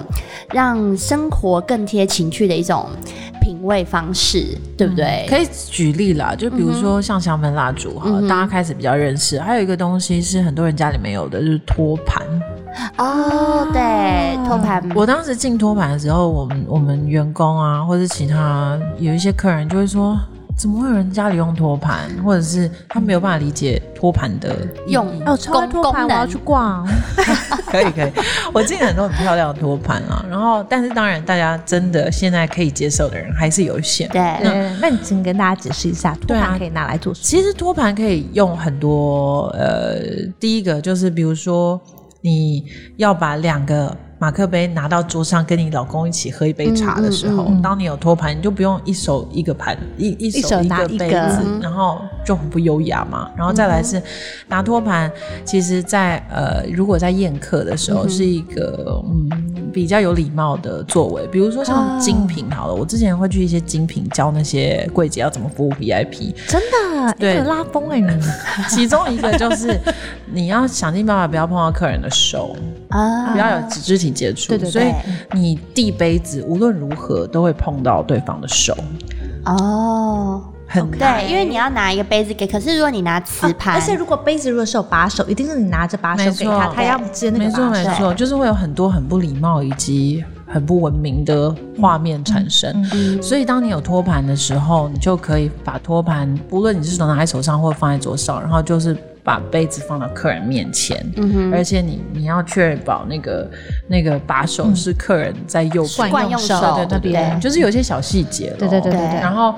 Speaker 1: 让生活更贴情趣的一种品味方式，对不
Speaker 2: 嗯
Speaker 1: 对？
Speaker 3: 可以举例啦，就比如说像香氛蜡烛哈，大家开始比较认识。还有一个东西是很多人家里没有的，就是托盘。
Speaker 1: 哦，
Speaker 2: 嗯
Speaker 1: 对，托盘，
Speaker 3: 我当时进托盘的时候，我们我们员工啊，或是其他有一些客人就会说。怎么会有人家里用托盘，或者是他没有办法理解托盘的意义
Speaker 1: 用
Speaker 2: 哦，超爱
Speaker 1: 功
Speaker 2: 托盘，
Speaker 1: 功
Speaker 2: 我
Speaker 1: 能
Speaker 2: 要去 逛。
Speaker 3: 可以可以， 我进了很多很漂亮的托盘啊。然后，但是当然，大家真的现在可以接受的人还是有限。
Speaker 1: 对，
Speaker 2: 对，那你请跟大家解释一下，托
Speaker 3: 对啊
Speaker 2: 盘可以拿来做什么？
Speaker 3: 其实托盘可以用很多，呃，第一个就是比如说你要把两个。马克杯拿到桌上，跟你老公一起喝一杯茶的
Speaker 2: 嗯
Speaker 3: 时候，当你有托盘，你就不用一手一个盘，一一
Speaker 2: 一手
Speaker 3: 一
Speaker 2: 拿
Speaker 3: 个
Speaker 2: 一
Speaker 3: 杯
Speaker 2: 个
Speaker 3: 子，然后就很不优雅嘛。然后再来是拿托盘，其实在，呃，如果在宴客的
Speaker 2: 嗯
Speaker 3: 时候，是一个嗯比较有礼貌的作为。比如说
Speaker 2: 啊
Speaker 3: 像精品好了，我之前会去一些精品教那些柜姐要怎么服务 VIP，
Speaker 2: 真
Speaker 1: 啊
Speaker 2: 的，
Speaker 3: 对
Speaker 2: 一个拉风哎，你
Speaker 3: 其中一个 就是你要想尽办法不要碰到客人的手，
Speaker 2: 嗯
Speaker 1: 啊
Speaker 3: 不要有肢肢体接触。
Speaker 2: 对对对
Speaker 3: 所以你递杯子无论如何都会碰到对方的手，
Speaker 1: 哦，
Speaker 3: 很
Speaker 1: 对，因为你要拿一个杯子给，可是如果你拿瓷盘，
Speaker 2: 啊而且如果杯子如果是有把手，一定是你拿着把手
Speaker 3: 没
Speaker 2: 给
Speaker 3: 错
Speaker 2: 他，他要接那
Speaker 3: 没
Speaker 2: 个
Speaker 3: 错
Speaker 2: 把
Speaker 3: 没
Speaker 2: 手。
Speaker 3: 错，就是会有很多很不礼貌以及很不文明的画面产生。
Speaker 2: 嗯
Speaker 3: 所以当你有托盘的时候，你就可以把托盘，不论你是拿在手上或放在桌上，然后就是。把杯子放到客人面前，
Speaker 2: 嗯
Speaker 3: 而且你你要确保那个那个把手
Speaker 2: 嗯
Speaker 3: 是客人在右边
Speaker 1: 惯用手
Speaker 3: 对对
Speaker 1: 对
Speaker 3: 对对，就是有些小细节咯
Speaker 2: 对对对
Speaker 1: 对对
Speaker 3: 然后，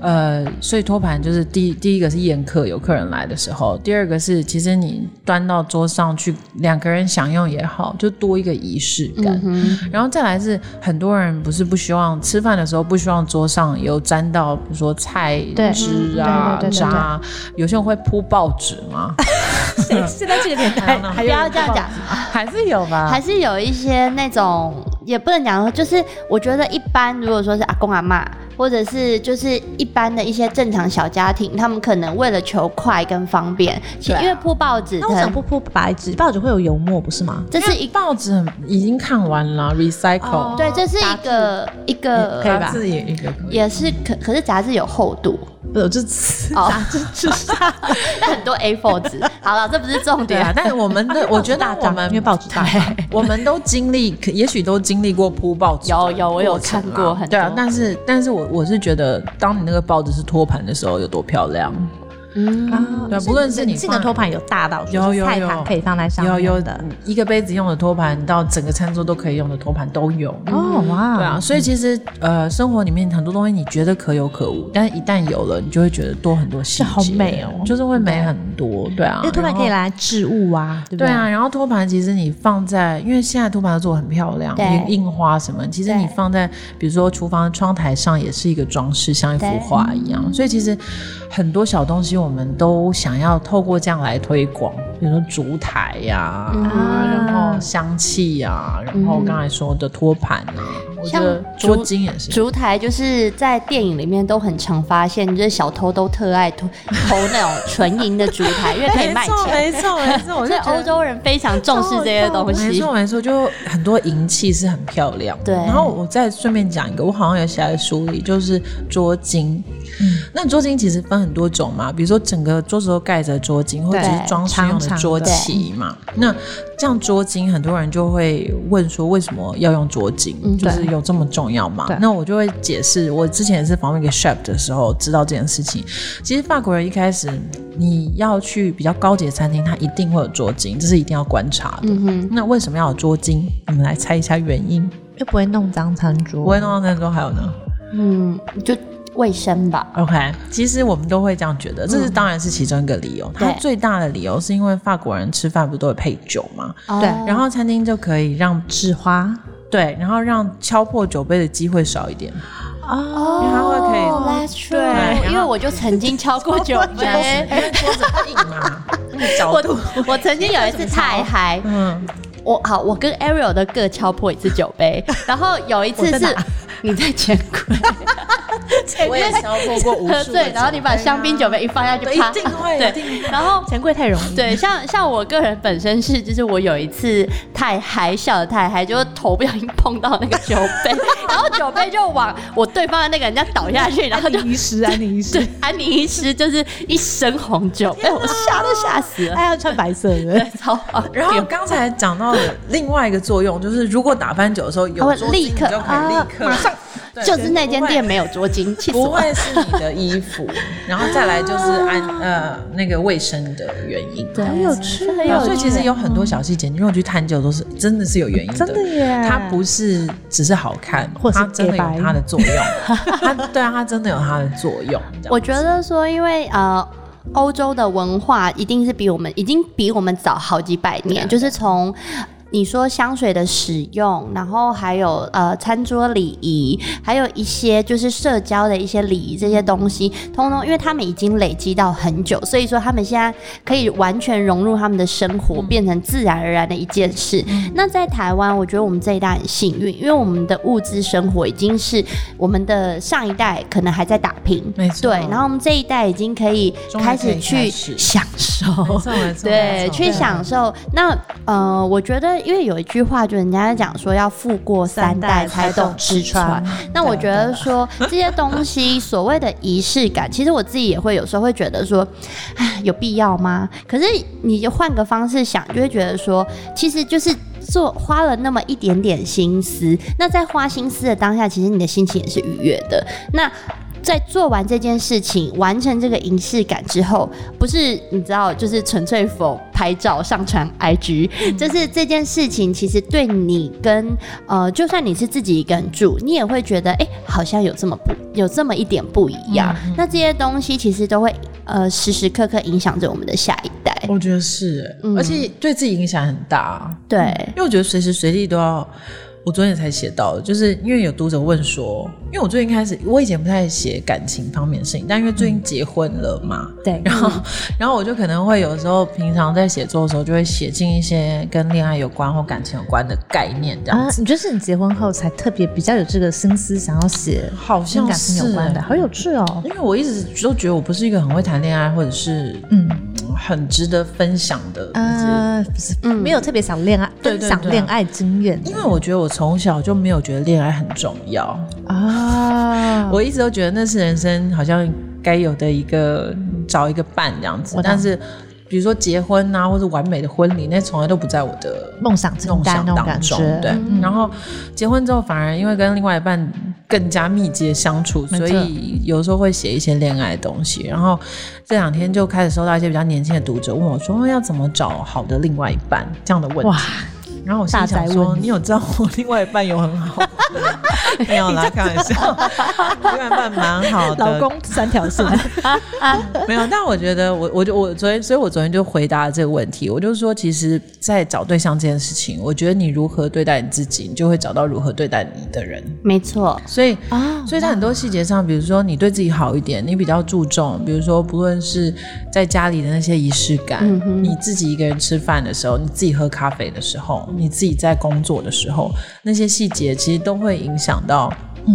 Speaker 3: 呃，所以托盘就是第一第一个是宴客，有客人来的时候；第二个是其实你端到桌上去，两个人享用也好，就多一个仪式感。
Speaker 2: 嗯
Speaker 3: 然后再来是很多人不是不希望吃饭的时候不希望桌上有沾到，比如说菜
Speaker 2: 对
Speaker 3: 汁啊
Speaker 2: 对对对对对
Speaker 3: 渣啊，有些人会铺报纸 吗？
Speaker 2: 谁 现在这个 年代还
Speaker 1: 不
Speaker 2: 有
Speaker 1: 要这样讲，
Speaker 3: 还是有吧？
Speaker 1: 还是有一些那种也不能讲说，就是我觉得一般如果说是阿公阿嬷，或者是就是一般的一些正常小家庭，他们可能为了求快跟方便，其
Speaker 3: 对啊
Speaker 1: 因为铺报纸，
Speaker 2: 那为什么不铺白纸？报纸会有油墨不是吗？
Speaker 1: 这是一
Speaker 3: 报纸很已经看完了，recycle，、
Speaker 2: 哦
Speaker 1: 对，这是一个一个
Speaker 2: 嗯可以吧
Speaker 3: 自己一个可以
Speaker 1: 也是可可是杂志有厚度，
Speaker 2: 不是，我就 吃
Speaker 1: 哦
Speaker 2: 杂志 吃下。
Speaker 1: 但很多 A4 纸。好了，这不是重
Speaker 3: 对
Speaker 1: 点
Speaker 3: 啊，，但是我们 的，我觉得
Speaker 2: 大
Speaker 3: 我
Speaker 2: 张，
Speaker 3: 们
Speaker 2: 因为报纸大 张。
Speaker 3: 我们都经历，可也许都经历过铺报纸的
Speaker 1: 有
Speaker 3: 过程啦。
Speaker 1: 有我有看过很多
Speaker 3: 对啊，但是但是我我是觉得，当你那个报纸是托盘的时候，有多漂亮？
Speaker 2: 啊
Speaker 3: 对不论是你
Speaker 2: 进的
Speaker 3: 放
Speaker 2: 托盘有大到，
Speaker 3: 有
Speaker 2: 就是
Speaker 3: 有
Speaker 2: 菜
Speaker 3: 有
Speaker 2: 盘可以放在上
Speaker 3: 有
Speaker 2: 面
Speaker 3: 有
Speaker 2: 的。
Speaker 3: 一个杯子用的托盘，到整个餐桌都可以用的托盘都有。
Speaker 2: 哦哇，
Speaker 3: 对啊，，所以其实呃，生活里面很多东西你觉得可有可无，但是一旦有了，你就会觉得多很多细节，
Speaker 2: 好美哦
Speaker 3: 就是会美很多。对啊，
Speaker 2: 因为托盘
Speaker 3: 然
Speaker 2: 可
Speaker 3: 后
Speaker 2: 以拿来置物啊，对不
Speaker 3: 对啊，然后托盘其实你放在，因为现在托盘都做得很漂亮，
Speaker 1: 对
Speaker 3: 印印花什么，其实你
Speaker 1: 对
Speaker 3: 放在比如说厨房的窗台上也是一个装饰，像一幅
Speaker 1: 对嗯
Speaker 3: 画一样。所以其实很多小东西，我我们都想要透过这样来推广，比如说烛台呀、
Speaker 1: 嗯
Speaker 3: 啊，然后香气呀、然后刚才说的托盘啊，我觉得
Speaker 1: 像竹
Speaker 3: 捉金也是。
Speaker 1: 烛 台就是在电影里面都很常发现，就是小偷都特爱偷偷那种纯银的烛台，因为可以哎卖钱。
Speaker 3: 没错，没错，我
Speaker 1: 所以
Speaker 3: 觉得
Speaker 1: 欧洲人非常重视这些东
Speaker 3: 没
Speaker 1: 西。
Speaker 3: 错没错，就很多银器是很漂亮的。
Speaker 1: 对
Speaker 3: 然后我再顺便讲一个，我好像有写在书里，就是桌巾。
Speaker 1: 嗯
Speaker 3: 那桌巾其实分很多种嘛，比如说整个桌子都盖着桌巾，或者
Speaker 2: 对
Speaker 3: 是装饰用的桌旗嘛。那这样桌巾，很多人就会问说，为什么要用桌巾？
Speaker 1: 嗯
Speaker 3: 就是
Speaker 2: 对
Speaker 3: 有这么重要吗
Speaker 2: 对？
Speaker 3: 那我就会解释，我之前也是访问一个 chef 的时候知道这件事情。其实法国人一开始你要去比较高级的餐厅，它一定会有桌巾，这是一定要观察的。
Speaker 1: 嗯哼，
Speaker 3: 那为什么要有桌巾？你们来猜一下原因。
Speaker 2: 又不会弄脏餐桌，
Speaker 3: 不会弄到那时候还有呢。
Speaker 1: 嗯，就卫生吧。
Speaker 3: OK，其实我们都会这样觉得，这是当然是其中一个理由。它
Speaker 1: 对
Speaker 3: 最大的理由是因为法国人吃饭不都会配酒吗？
Speaker 2: 对
Speaker 1: 哦
Speaker 3: 然后餐厅就可以让
Speaker 2: 纸花
Speaker 3: 对，然后让敲破酒杯的机会少一点。
Speaker 2: 哦，
Speaker 3: 因为它会可以
Speaker 1: 哦 that's true，
Speaker 3: 对
Speaker 1: 因为我就曾经敲过 酒
Speaker 3: 这样
Speaker 1: 杯，
Speaker 3: 子因为桌子很硬 嘛，那个角
Speaker 1: 我
Speaker 3: 度，
Speaker 1: 我曾经有一次太嗨，
Speaker 3: 嗯，
Speaker 1: 我好，我跟 Ariel 都各敲破一次酒杯，然后有一次
Speaker 2: 我在
Speaker 1: 是你在前柜
Speaker 3: 我也敲破过无
Speaker 1: 喝
Speaker 3: 数的
Speaker 1: 醉，然后你把香槟酒杯一放下去，
Speaker 3: 对
Speaker 1: 啪，
Speaker 3: 一定会一定
Speaker 1: 对，然后。
Speaker 2: 钱柜太容 易，
Speaker 1: 对，像像我个人本身是，就是我有一次太嗨，笑的太嗨，就头不小心碰到那个酒 杯，然后酒杯就往我对方的那个人家倒下去，然后就
Speaker 2: 安妮医师，安妮医
Speaker 1: 对
Speaker 2: 师，
Speaker 1: 安妮医师就是一身红酒，哎、我吓都吓死了，
Speaker 2: 哎，要穿白色的，
Speaker 1: 超好
Speaker 3: 然后刚才讲到的另外一个作用，就是如果打翻酒的时候有
Speaker 1: 它会
Speaker 3: 桌巾，
Speaker 1: 立刻
Speaker 3: 你就可以立
Speaker 1: 啊
Speaker 3: 刻
Speaker 1: 马上
Speaker 3: 对
Speaker 1: 就是那间
Speaker 3: 不会
Speaker 1: 店没有捉襟，气死
Speaker 3: 不
Speaker 1: 我！
Speaker 3: 会是你的衣 服，然后再来就是安呃那个卫生的原因。
Speaker 1: 啊对
Speaker 2: 很有趣啊，
Speaker 1: 很
Speaker 3: 然
Speaker 1: 有嗯
Speaker 3: 后所以
Speaker 1: 趣
Speaker 3: 其实有很多小细节，你如果去探究，都是真的是有原因
Speaker 2: 真的耶
Speaker 3: 它不是只是好看，
Speaker 2: 或是
Speaker 3: 它真的
Speaker 2: 洁白
Speaker 3: 有它的 作用。它对啊，它真的有它的作用。这样
Speaker 1: 我觉得说，因为呃，欧洲的文化一定是比我们已经比我们早好几百
Speaker 3: 啊
Speaker 1: 年，就是从。你说香水的使用，然后还有呃餐桌礼仪，还有一些就是社交的一些礼仪这些东西，通通因为他们已经累积到很久，所以说他们现在可以完全融入他们的生活，
Speaker 3: 嗯
Speaker 1: 变成自然而然的一件事。那在台湾，我觉得我们这一代很幸运，因为我们的物质生活已经是我们的上一代可能还在打拼，
Speaker 3: 没错
Speaker 1: 对，然后我们这一代已嗯经可以
Speaker 3: 终于
Speaker 1: 开
Speaker 3: 可
Speaker 1: 始
Speaker 3: 以
Speaker 1: 去
Speaker 3: 开始
Speaker 1: 享
Speaker 3: 没
Speaker 1: 受。
Speaker 3: 错没错，
Speaker 1: 对
Speaker 3: 没，错
Speaker 1: 去享受。那呃，我觉得，因为有一句话，就人家讲说要富过三代才懂吃穿。那我觉得说这些东西，所谓的仪式感，其实我自己也会有时候会觉得说， 唉，有必要吗？可是你就换个方式想，就会觉得说，其实就是做花了那么一点点心思。那在花心思的当下，其实你的心情也是愉悦的。那在做完这件事情、完成这个仪式感之后，不是你知道，就是纯粹否拍照上传 IG，、就是这件事情其实对你跟呃，就算你是自己一个人住，你也会觉得哎、诶好像有这么不有这么一点不一样。那这些东西其实都会呃时时刻刻影响着我们的下一代。
Speaker 3: 我觉得是欸，
Speaker 1: 嗯
Speaker 3: 而且对自己影响很大。啊
Speaker 1: 对
Speaker 3: 因，为我觉得随时随地都要。我昨天才写到，就是因为有读者问说，因为我最近开始，我以前不太写感情方面的事情，但因为最
Speaker 2: 嗯
Speaker 3: 近结婚了嘛，
Speaker 2: 对，
Speaker 3: 然后然后我就可能会有时候平常在写作的时候，就会写进一些跟恋爱有关或感情有关的概念，这样
Speaker 2: 啊
Speaker 3: 子。，
Speaker 2: 你觉得是你结婚后才特别比较有这个心思，想要写啊
Speaker 3: 好
Speaker 2: 跟
Speaker 3: 像
Speaker 2: 感情有关的，
Speaker 3: 是欸
Speaker 2: 好有趣哦。
Speaker 3: 因为我一直都觉得我不是一个很会谈恋爱，或者是
Speaker 2: 嗯
Speaker 3: 很值得分享的一些
Speaker 2: 呃，不是没有特别想恋爱，
Speaker 3: 嗯对对
Speaker 2: 分享
Speaker 3: 对
Speaker 2: 恋爱经验
Speaker 3: 因为我觉得我从小就没有觉得恋爱很重要，
Speaker 2: 啊。
Speaker 3: 我一直都觉得那是人生好像该有的一个找一个伴这样子
Speaker 2: 我，懂
Speaker 3: 但是比如说结婚啊，或者完美的婚礼，那从来都不在我的
Speaker 2: 梦想清
Speaker 3: 梦
Speaker 2: 单
Speaker 3: 想
Speaker 2: 那种
Speaker 3: 当
Speaker 2: 感
Speaker 3: 中。
Speaker 2: 觉，嗯
Speaker 3: 对，然后结婚之后反而因为跟另外一半更加密切地相处，
Speaker 2: 没错
Speaker 3: 所以有时候会写一些恋爱的东西。然后这两天哦就开始收到一些比较年轻的读者问我说，要怎么找好的另外一半这样的问
Speaker 2: 哇
Speaker 3: 题。，然后我心里想
Speaker 2: 大宅
Speaker 3: 说，
Speaker 2: 问
Speaker 3: 你有知道我另外一半有很 好吗？没有啦，开玩笑，我另外一半蛮好的，
Speaker 2: 老公三条 线，
Speaker 3: 没有，但我觉得我，我就我昨天，所以我昨天就回答了这个问题，我就说，其实，在找对象这件事情，我觉得你如何对待你自己，你就会找到如何对待你的人。
Speaker 1: 没错，
Speaker 3: 所以，
Speaker 2: 哦啊
Speaker 3: 所以在很多细节上，比如说你对自己好一点，你比较注重，比如说不论是在家里的那些仪式感，
Speaker 1: 嗯
Speaker 3: 你自己一个人吃饭的时候，你自己喝咖啡的时候，你自己在工作的时候，那些细节其实都会影响到，嗯，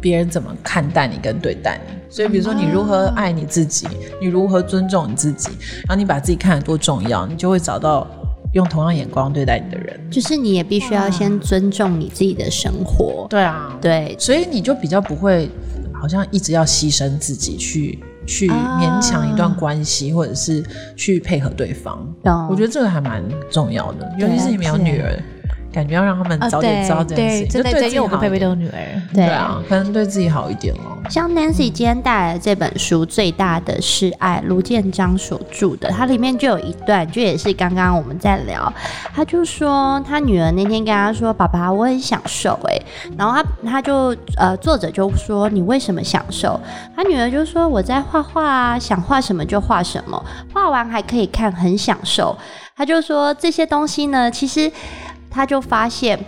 Speaker 3: 别人怎么看待你跟对待你。所以，比如说你如何爱你自己，你如何尊重你自己，然后你把自己看得多重要，你就会找到用同样眼光对待你的人。
Speaker 1: 就是你也必须要先尊重你自己的生活。
Speaker 3: 对啊，
Speaker 1: 对，
Speaker 3: 所以你就比较不会，好像一直要牺牲自己去去
Speaker 1: 啊
Speaker 3: 勉强一段关系，或者是去配合对方。
Speaker 1: 懂
Speaker 3: 我觉得这个还蛮重要的，尤其是你们有
Speaker 2: 了解
Speaker 3: 女儿，感觉要让他们 早点知道这件事情，就
Speaker 2: 真的，
Speaker 3: 对自
Speaker 2: 啊哦对，因
Speaker 3: 己
Speaker 2: 为我
Speaker 3: 好
Speaker 2: 跟
Speaker 3: 一
Speaker 2: 佩佩都
Speaker 3: 点
Speaker 2: 有女儿，
Speaker 1: 对
Speaker 3: 对啊，可能对自己好一点哦。
Speaker 1: 像 Nancy 今天带来的这本书，最大的是爱，卢建章所著的，它里面就有一段，就也是刚刚我们在聊，他就说他女儿那天跟他说：“爸爸，我很享受。”哎，然后他他就呃，作者就说：“你为什么享受？”他女儿就说：“我在画画啊，想画什么就画什么，画完还可以看，很享受。”他就说这些东西呢，其实他就发现。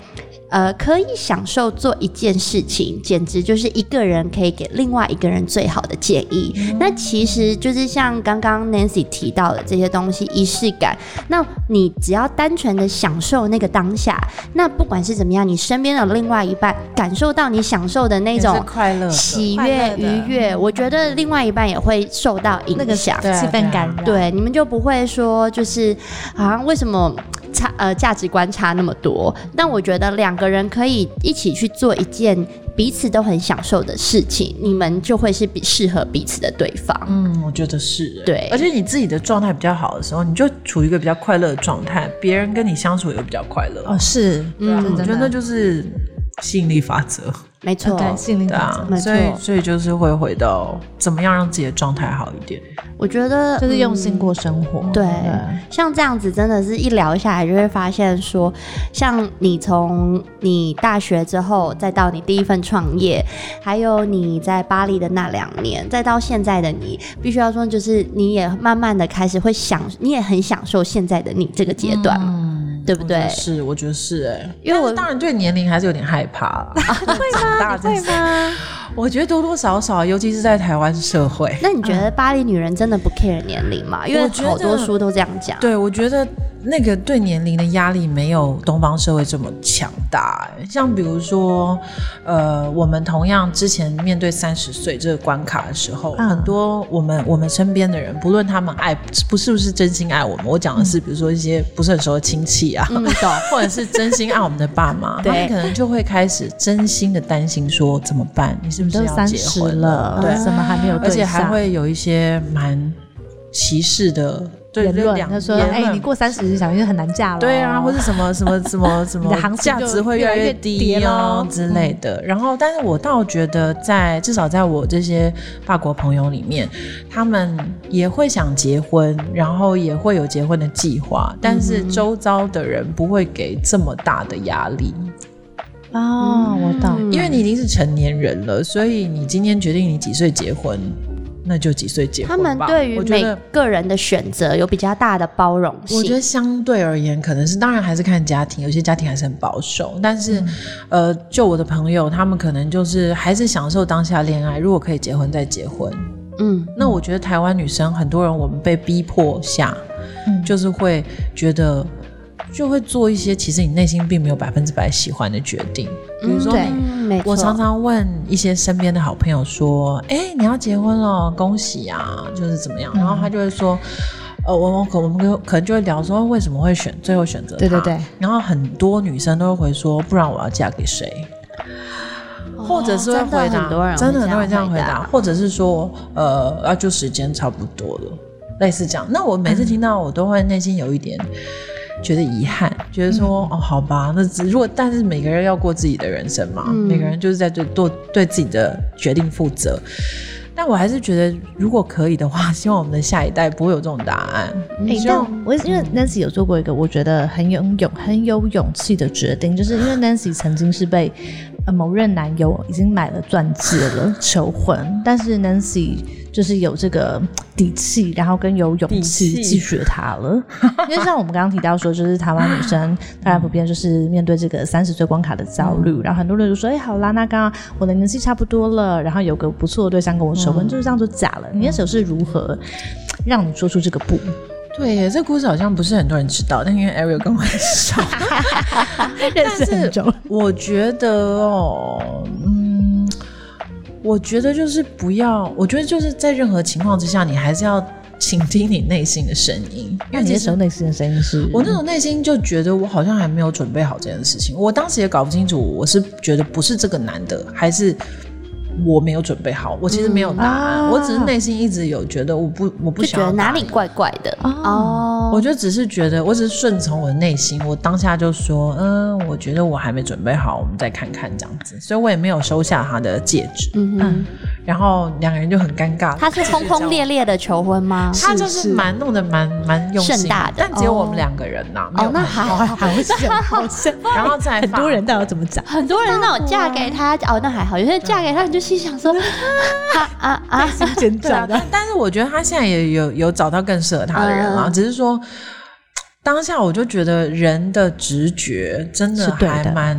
Speaker 1: 呃，可以享受做一件事情，简直就是一个人可以给另外一个人最好的建议。那其实就是像刚刚 Nancy 提到的这些东西，仪式感。那你只要单纯的享受那个当下，那不管是怎么样，你身边的另外一半感受到你享受的那
Speaker 3: 也是
Speaker 1: 种
Speaker 3: 快乐的
Speaker 1: 喜
Speaker 2: 快乐
Speaker 1: 悦、
Speaker 2: 的
Speaker 1: 愉悦，我觉得另外一半也会受到影
Speaker 2: 那个
Speaker 1: 响。
Speaker 2: 气氛感染，，
Speaker 1: 对，你们就不会说就是好像为什么差呃价值观差那么多？但我觉得两个人可以一起去做一件彼此都很享受的事情，你们就会是比适合彼此的对方。
Speaker 3: 嗯，我觉得是欸
Speaker 1: 对
Speaker 3: 而且你自己的状态比较好的时候，你就处于一个比较快乐的状态，别人跟你相处也比较快乐。
Speaker 2: 哦，是，
Speaker 3: 对啊，
Speaker 2: 真
Speaker 3: 我
Speaker 2: 的
Speaker 3: 觉得那就是吸引力法则。
Speaker 1: 没错，
Speaker 2: 对，心灵
Speaker 3: 对
Speaker 2: 法
Speaker 3: 啊
Speaker 2: 则，
Speaker 1: 没
Speaker 3: 所以
Speaker 1: 错
Speaker 3: 所以就是会回到怎么样让自己的状态好一点。
Speaker 1: 我觉得嗯
Speaker 2: 就是用心过生活，
Speaker 3: 哦嗯
Speaker 1: 对，像这样子真的是一聊下来就会发现说，像你从你大学之后，再到你第一份创业，还有你在巴黎的那两年，再到现在的你，必须要说就是你也慢慢的开始会享，你也很享受现在的你这个阶段嘛，
Speaker 3: 嗯
Speaker 1: 对不对
Speaker 3: 我觉得？是，我觉得是哎、
Speaker 1: 因为我
Speaker 3: 但是当然对年龄还是有点害怕啦。长大这
Speaker 2: 啊会吗？
Speaker 3: 我觉得多多少少，尤其是在台湾社会，
Speaker 1: 那你觉得巴黎女人真的不 care 年龄吗？因为
Speaker 3: 我觉得
Speaker 1: 好多书都这样讲。
Speaker 3: 对我觉得那个对年龄的压力没有东方社会这么强大、欸。像比如说，呃，我们同样之前面对三十岁这个关卡的时候，
Speaker 2: 嗯
Speaker 3: 很多我们我们身边的人，不论他们爱不是不是真心爱我们，我讲的
Speaker 2: 嗯
Speaker 3: 是比如说一些不是很熟的亲戚啊，
Speaker 1: 嗯，懂。
Speaker 3: 或者是真心爱我们的爸妈，他
Speaker 1: 对
Speaker 3: 们可能就会开始真心的担心说怎么办？你是不
Speaker 2: 你
Speaker 3: 是
Speaker 2: 都
Speaker 3: 要
Speaker 2: 三
Speaker 3: 结
Speaker 2: 十
Speaker 3: 婚
Speaker 2: 了，
Speaker 3: 对，
Speaker 2: 怎么还没有
Speaker 3: 而
Speaker 2: 对象？
Speaker 3: 且还会有一些蛮歧视的对
Speaker 2: 言
Speaker 3: 这
Speaker 2: 论，
Speaker 3: 两
Speaker 2: 他说：“
Speaker 3: 言
Speaker 2: 哎，
Speaker 3: 论
Speaker 2: 你过三十小心很难嫁了。”
Speaker 3: 对啊，或者什么什么什 么什
Speaker 2: 你
Speaker 3: 么
Speaker 2: 的行情
Speaker 3: 价
Speaker 2: 就
Speaker 3: 值会
Speaker 2: 越
Speaker 3: 越
Speaker 2: 来
Speaker 3: 来
Speaker 2: 越
Speaker 3: 越
Speaker 2: 跌
Speaker 3: 低
Speaker 2: 咯
Speaker 3: 哦之类的。然后，但是我倒觉得在至少在我这些法国朋友里面，他们也会想结婚，然后也会有结婚的计划，但
Speaker 2: 嗯
Speaker 3: 是周遭的人不会给这么大的压力，
Speaker 2: 哦，我懂，
Speaker 3: 因为你已经是成年人了，所以你今天决定你几岁结婚。那就几岁结
Speaker 1: 他
Speaker 3: 婚
Speaker 1: 们
Speaker 3: 吧
Speaker 1: 对于
Speaker 3: 我觉
Speaker 1: 每
Speaker 3: 得
Speaker 1: 个人的选择有比较大的包容性。
Speaker 3: 我觉得相对而言，可能是当然还是看家庭，有些家庭还是很保守。但是，呃，就我的朋友，他们可能就是还是享受当下恋爱，如果可以结婚再结婚。
Speaker 1: 嗯，
Speaker 3: 那我觉得台湾女生很多人，我们被逼迫下，
Speaker 2: 嗯
Speaker 3: 就是会觉得。就会做一些其实你内心并没有百分之百喜欢的决定，比如说
Speaker 2: 嗯对
Speaker 3: 你
Speaker 1: 嗯，没错。
Speaker 3: 我常常问一些身边的好朋友说：“哎、你要结婚了，恭喜啊！”就是怎么样，
Speaker 2: 嗯
Speaker 3: 然后他就会说。呃，我我可我们可可能就会聊说为什么会选最后选择他，
Speaker 2: 对对对，
Speaker 3: 然后很多女生都会回说，不然我要嫁给谁，或者是会
Speaker 1: 哦真的
Speaker 3: 回答，
Speaker 1: 很多人会
Speaker 3: 真的很多人
Speaker 1: 这
Speaker 3: 这
Speaker 1: 样
Speaker 3: 样
Speaker 1: 回
Speaker 3: 回答，或者是说，呃，啊，就时间差不多了，类似这样。那我每
Speaker 1: 嗯
Speaker 3: 次听到，我都会内心有一点觉得遗憾，觉得说，
Speaker 1: 嗯
Speaker 3: 哦，好吧，那只如果但是每个人要过自己的人生嘛，
Speaker 1: 嗯
Speaker 3: 每个人就是在对做对自己的决定负责。但我还是觉得，如果可以的话， 希望我们的下一代不会有这种答案。
Speaker 1: 嗯
Speaker 2: 哎、
Speaker 3: 希望
Speaker 2: 但我因
Speaker 3: 嗯
Speaker 2: 为 Nancy 有做过一个我觉得很有勇、很有勇气的决定，就是因为 Nancy 曾经是被、呃某任男友已经买了钻戒了求婚，但是 Nancy 就是有这个底气，然后跟有勇气
Speaker 3: 底气
Speaker 2: 拒绝他了。因为像我们刚刚提到说，就是台湾女生当然普遍就是面对这个三十岁关卡的焦
Speaker 3: 嗯
Speaker 2: 虑，然后很多人就说：“哎、好啦，那刚刚我的年纪差不多了，然后有个不错的对象跟我求婚，
Speaker 3: 嗯
Speaker 2: 就是这样就假了。”你那时候是如何让你说出这个不？
Speaker 3: 对耶，这故事好像不是很多人知道，但因为 Ariel 跟我很熟，
Speaker 2: 认
Speaker 3: 识很
Speaker 2: 久。
Speaker 3: 我觉得哦，嗯，我觉得就是不要，我觉得就是在任何情况之下，你还是要倾听你内心的声音，因
Speaker 2: 那
Speaker 3: 为
Speaker 2: 你
Speaker 3: 其
Speaker 2: 那
Speaker 3: 实
Speaker 2: 时候内心的声音是？
Speaker 3: 我那种内心就觉得我好像还没有准备好这件事情，我当时也搞不清楚，我是觉得不是这个男的，还是我没有准备好。我其实没有答
Speaker 2: 嗯
Speaker 3: 案，
Speaker 2: 啊
Speaker 3: 我只是内心一直有觉得我不我不
Speaker 1: 就觉
Speaker 3: 想要
Speaker 1: 得哪里
Speaker 3: 答应。
Speaker 1: 怪怪的哦
Speaker 3: 我就只是觉得，我只是顺从我的内心，我当下就说，嗯，我觉得我还没准备好，我们再看看这样子，所以我也没有收下他的戒指，
Speaker 1: 嗯哼，
Speaker 3: 然后两个人就很尴尬。
Speaker 1: 他是轰轰烈烈的求婚吗？
Speaker 3: 他就是蛮弄得蛮蛮用心
Speaker 1: 盛大的
Speaker 3: 但只有我们两个人呐、没有
Speaker 1: 哦，那
Speaker 3: 很
Speaker 1: 还
Speaker 3: 多
Speaker 1: 好，
Speaker 2: 好像好像
Speaker 3: 然后再
Speaker 2: 很
Speaker 3: 发
Speaker 2: 多人到底要怎么讲？
Speaker 1: 很多人那种
Speaker 3: 啊
Speaker 1: 嫁给他哦，那还好。有些人嫁给他，你就心想说 啊啊啊，
Speaker 2: 心尖
Speaker 3: 对 啊，但但是我觉得他现在也有有找到更适合他的人了，
Speaker 1: 嗯
Speaker 3: 只是说当下我就觉得人的直觉真
Speaker 2: 是
Speaker 3: 的
Speaker 2: 对
Speaker 3: 还
Speaker 2: 的
Speaker 3: 蛮，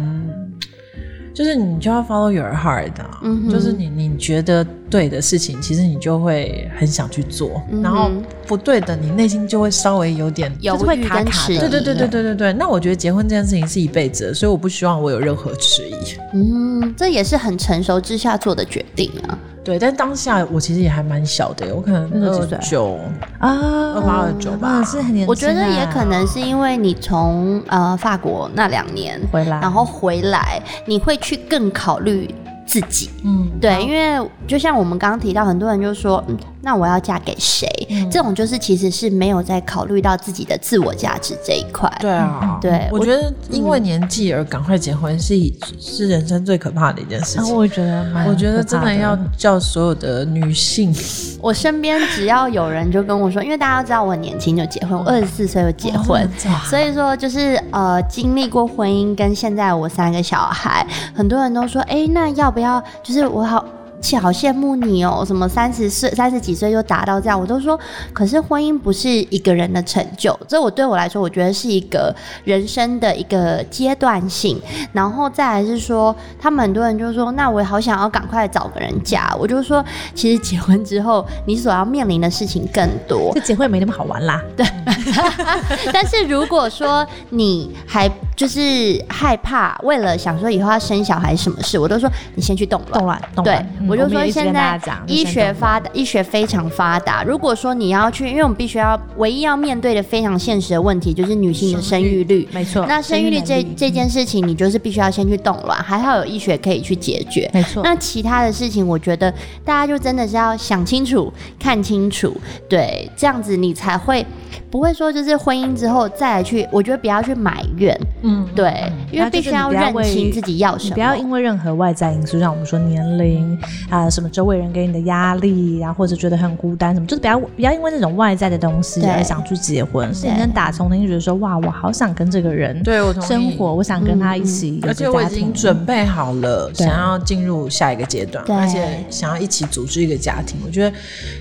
Speaker 3: 就是你就要 follow your heart 啊，
Speaker 1: 嗯哼
Speaker 3: 就是你你觉得对的事情，其实你就会很想去做，
Speaker 1: 嗯哼
Speaker 3: 然后不对的，你内心就会稍微有点。
Speaker 1: 犹
Speaker 2: 就是会
Speaker 1: 豫
Speaker 2: 卡
Speaker 1: 跟
Speaker 2: 卡
Speaker 1: 迟疑。啊
Speaker 2: 的
Speaker 3: 对对对对对对对，那我觉得结婚这件事情是一辈子的，所以我不希望我有任何迟疑。
Speaker 1: 嗯，这也是很成熟之下做的决定啊。
Speaker 3: 对，但当下我其实也还蛮小的，我可能
Speaker 2: 那时候
Speaker 3: 二
Speaker 2: 几岁
Speaker 3: 九
Speaker 2: 啊，
Speaker 3: 二八二九吧
Speaker 2: 哇，是很年轻啊。
Speaker 1: 我觉得也可能是因为你从呃法国那两年
Speaker 2: 回来，
Speaker 1: 然后回来，你会去更考虑自己。
Speaker 3: 嗯，
Speaker 1: 对，因为就像我们刚刚提到，很多人就说，嗯，那我要嫁给谁？这种就是其实是没有在考虑到自己的自我价值这一块。
Speaker 3: 对啊，
Speaker 1: 对
Speaker 3: 我
Speaker 1: 我
Speaker 3: 觉得因为年纪而赶快结婚是一是人生最可怕的一件事
Speaker 2: 啊，
Speaker 3: 情。
Speaker 2: 我也觉得蛮可怕，
Speaker 3: 我觉得真的要叫所有的女性，
Speaker 1: 我身边只要有人就跟我说，因为大家都知道我很年轻就结婚，我二十四岁就结婚，所以说就是呃，经历过婚姻跟现在我三个小孩，很多人都说，哎、那要不要？就是我好。好羡慕你哦，什么三十岁、三十几岁就达到这样，我都说。可是婚姻不是一个人的成就，这我对我来说，我觉得是一个人生的一个阶段性。然后再来是说，他们很多人就说，那我也好想要赶快找个人嫁。我就说，其实结婚之后，你所要面临的事情更多
Speaker 2: 这。结婚也没那么好玩啦。
Speaker 1: 但是如果说你还就是害怕，为了想说以后要生小孩什么事，我都说你先去动卵。
Speaker 2: 动乱，动
Speaker 1: 对
Speaker 2: 乱，嗯，
Speaker 1: 我就
Speaker 2: 们
Speaker 1: 说
Speaker 2: 也一直
Speaker 1: 现
Speaker 2: 跟大
Speaker 1: 在
Speaker 2: 家讲
Speaker 1: 医学，
Speaker 2: 就先动乱
Speaker 1: 发达，医学非常发达。如果说你要去，因为我们必须要唯一要面对的非常现实的问题就是女性的生育率。
Speaker 2: 没错，
Speaker 1: 那生育率这这件事情，你就是必须要先去动卵，还好有医学可以去解决。
Speaker 2: 没错，
Speaker 1: 那其他的事情，我觉得大家就真的是要想清楚、看清楚，对，这样子你才会不会说就是婚姻之后再来去，我觉得不要去埋怨，
Speaker 3: 嗯，
Speaker 1: 对，因为
Speaker 2: 那就
Speaker 1: 必
Speaker 2: 是
Speaker 1: 须要
Speaker 2: 你不要
Speaker 1: 认
Speaker 2: 为
Speaker 1: 清自己要什
Speaker 2: 你
Speaker 1: 么，
Speaker 2: 不要因为任何外在因素，像我们说年龄啊、什么周围人给你的压力，啊然后或者觉得很孤单什么，就是不要不要因为那种外在的东西
Speaker 1: 对
Speaker 2: 而想去结婚。是你
Speaker 1: 对
Speaker 2: 能打从内心觉得说，哇，我好想跟这个人
Speaker 3: 对我同意嗯
Speaker 2: 生活，，我想跟他一起有个家
Speaker 3: 而
Speaker 2: 庭，
Speaker 3: 且我已经准备好了，
Speaker 2: 对
Speaker 3: 想要进入下一个阶段，
Speaker 1: 对
Speaker 3: 而且想要一起组织一个家庭，我觉得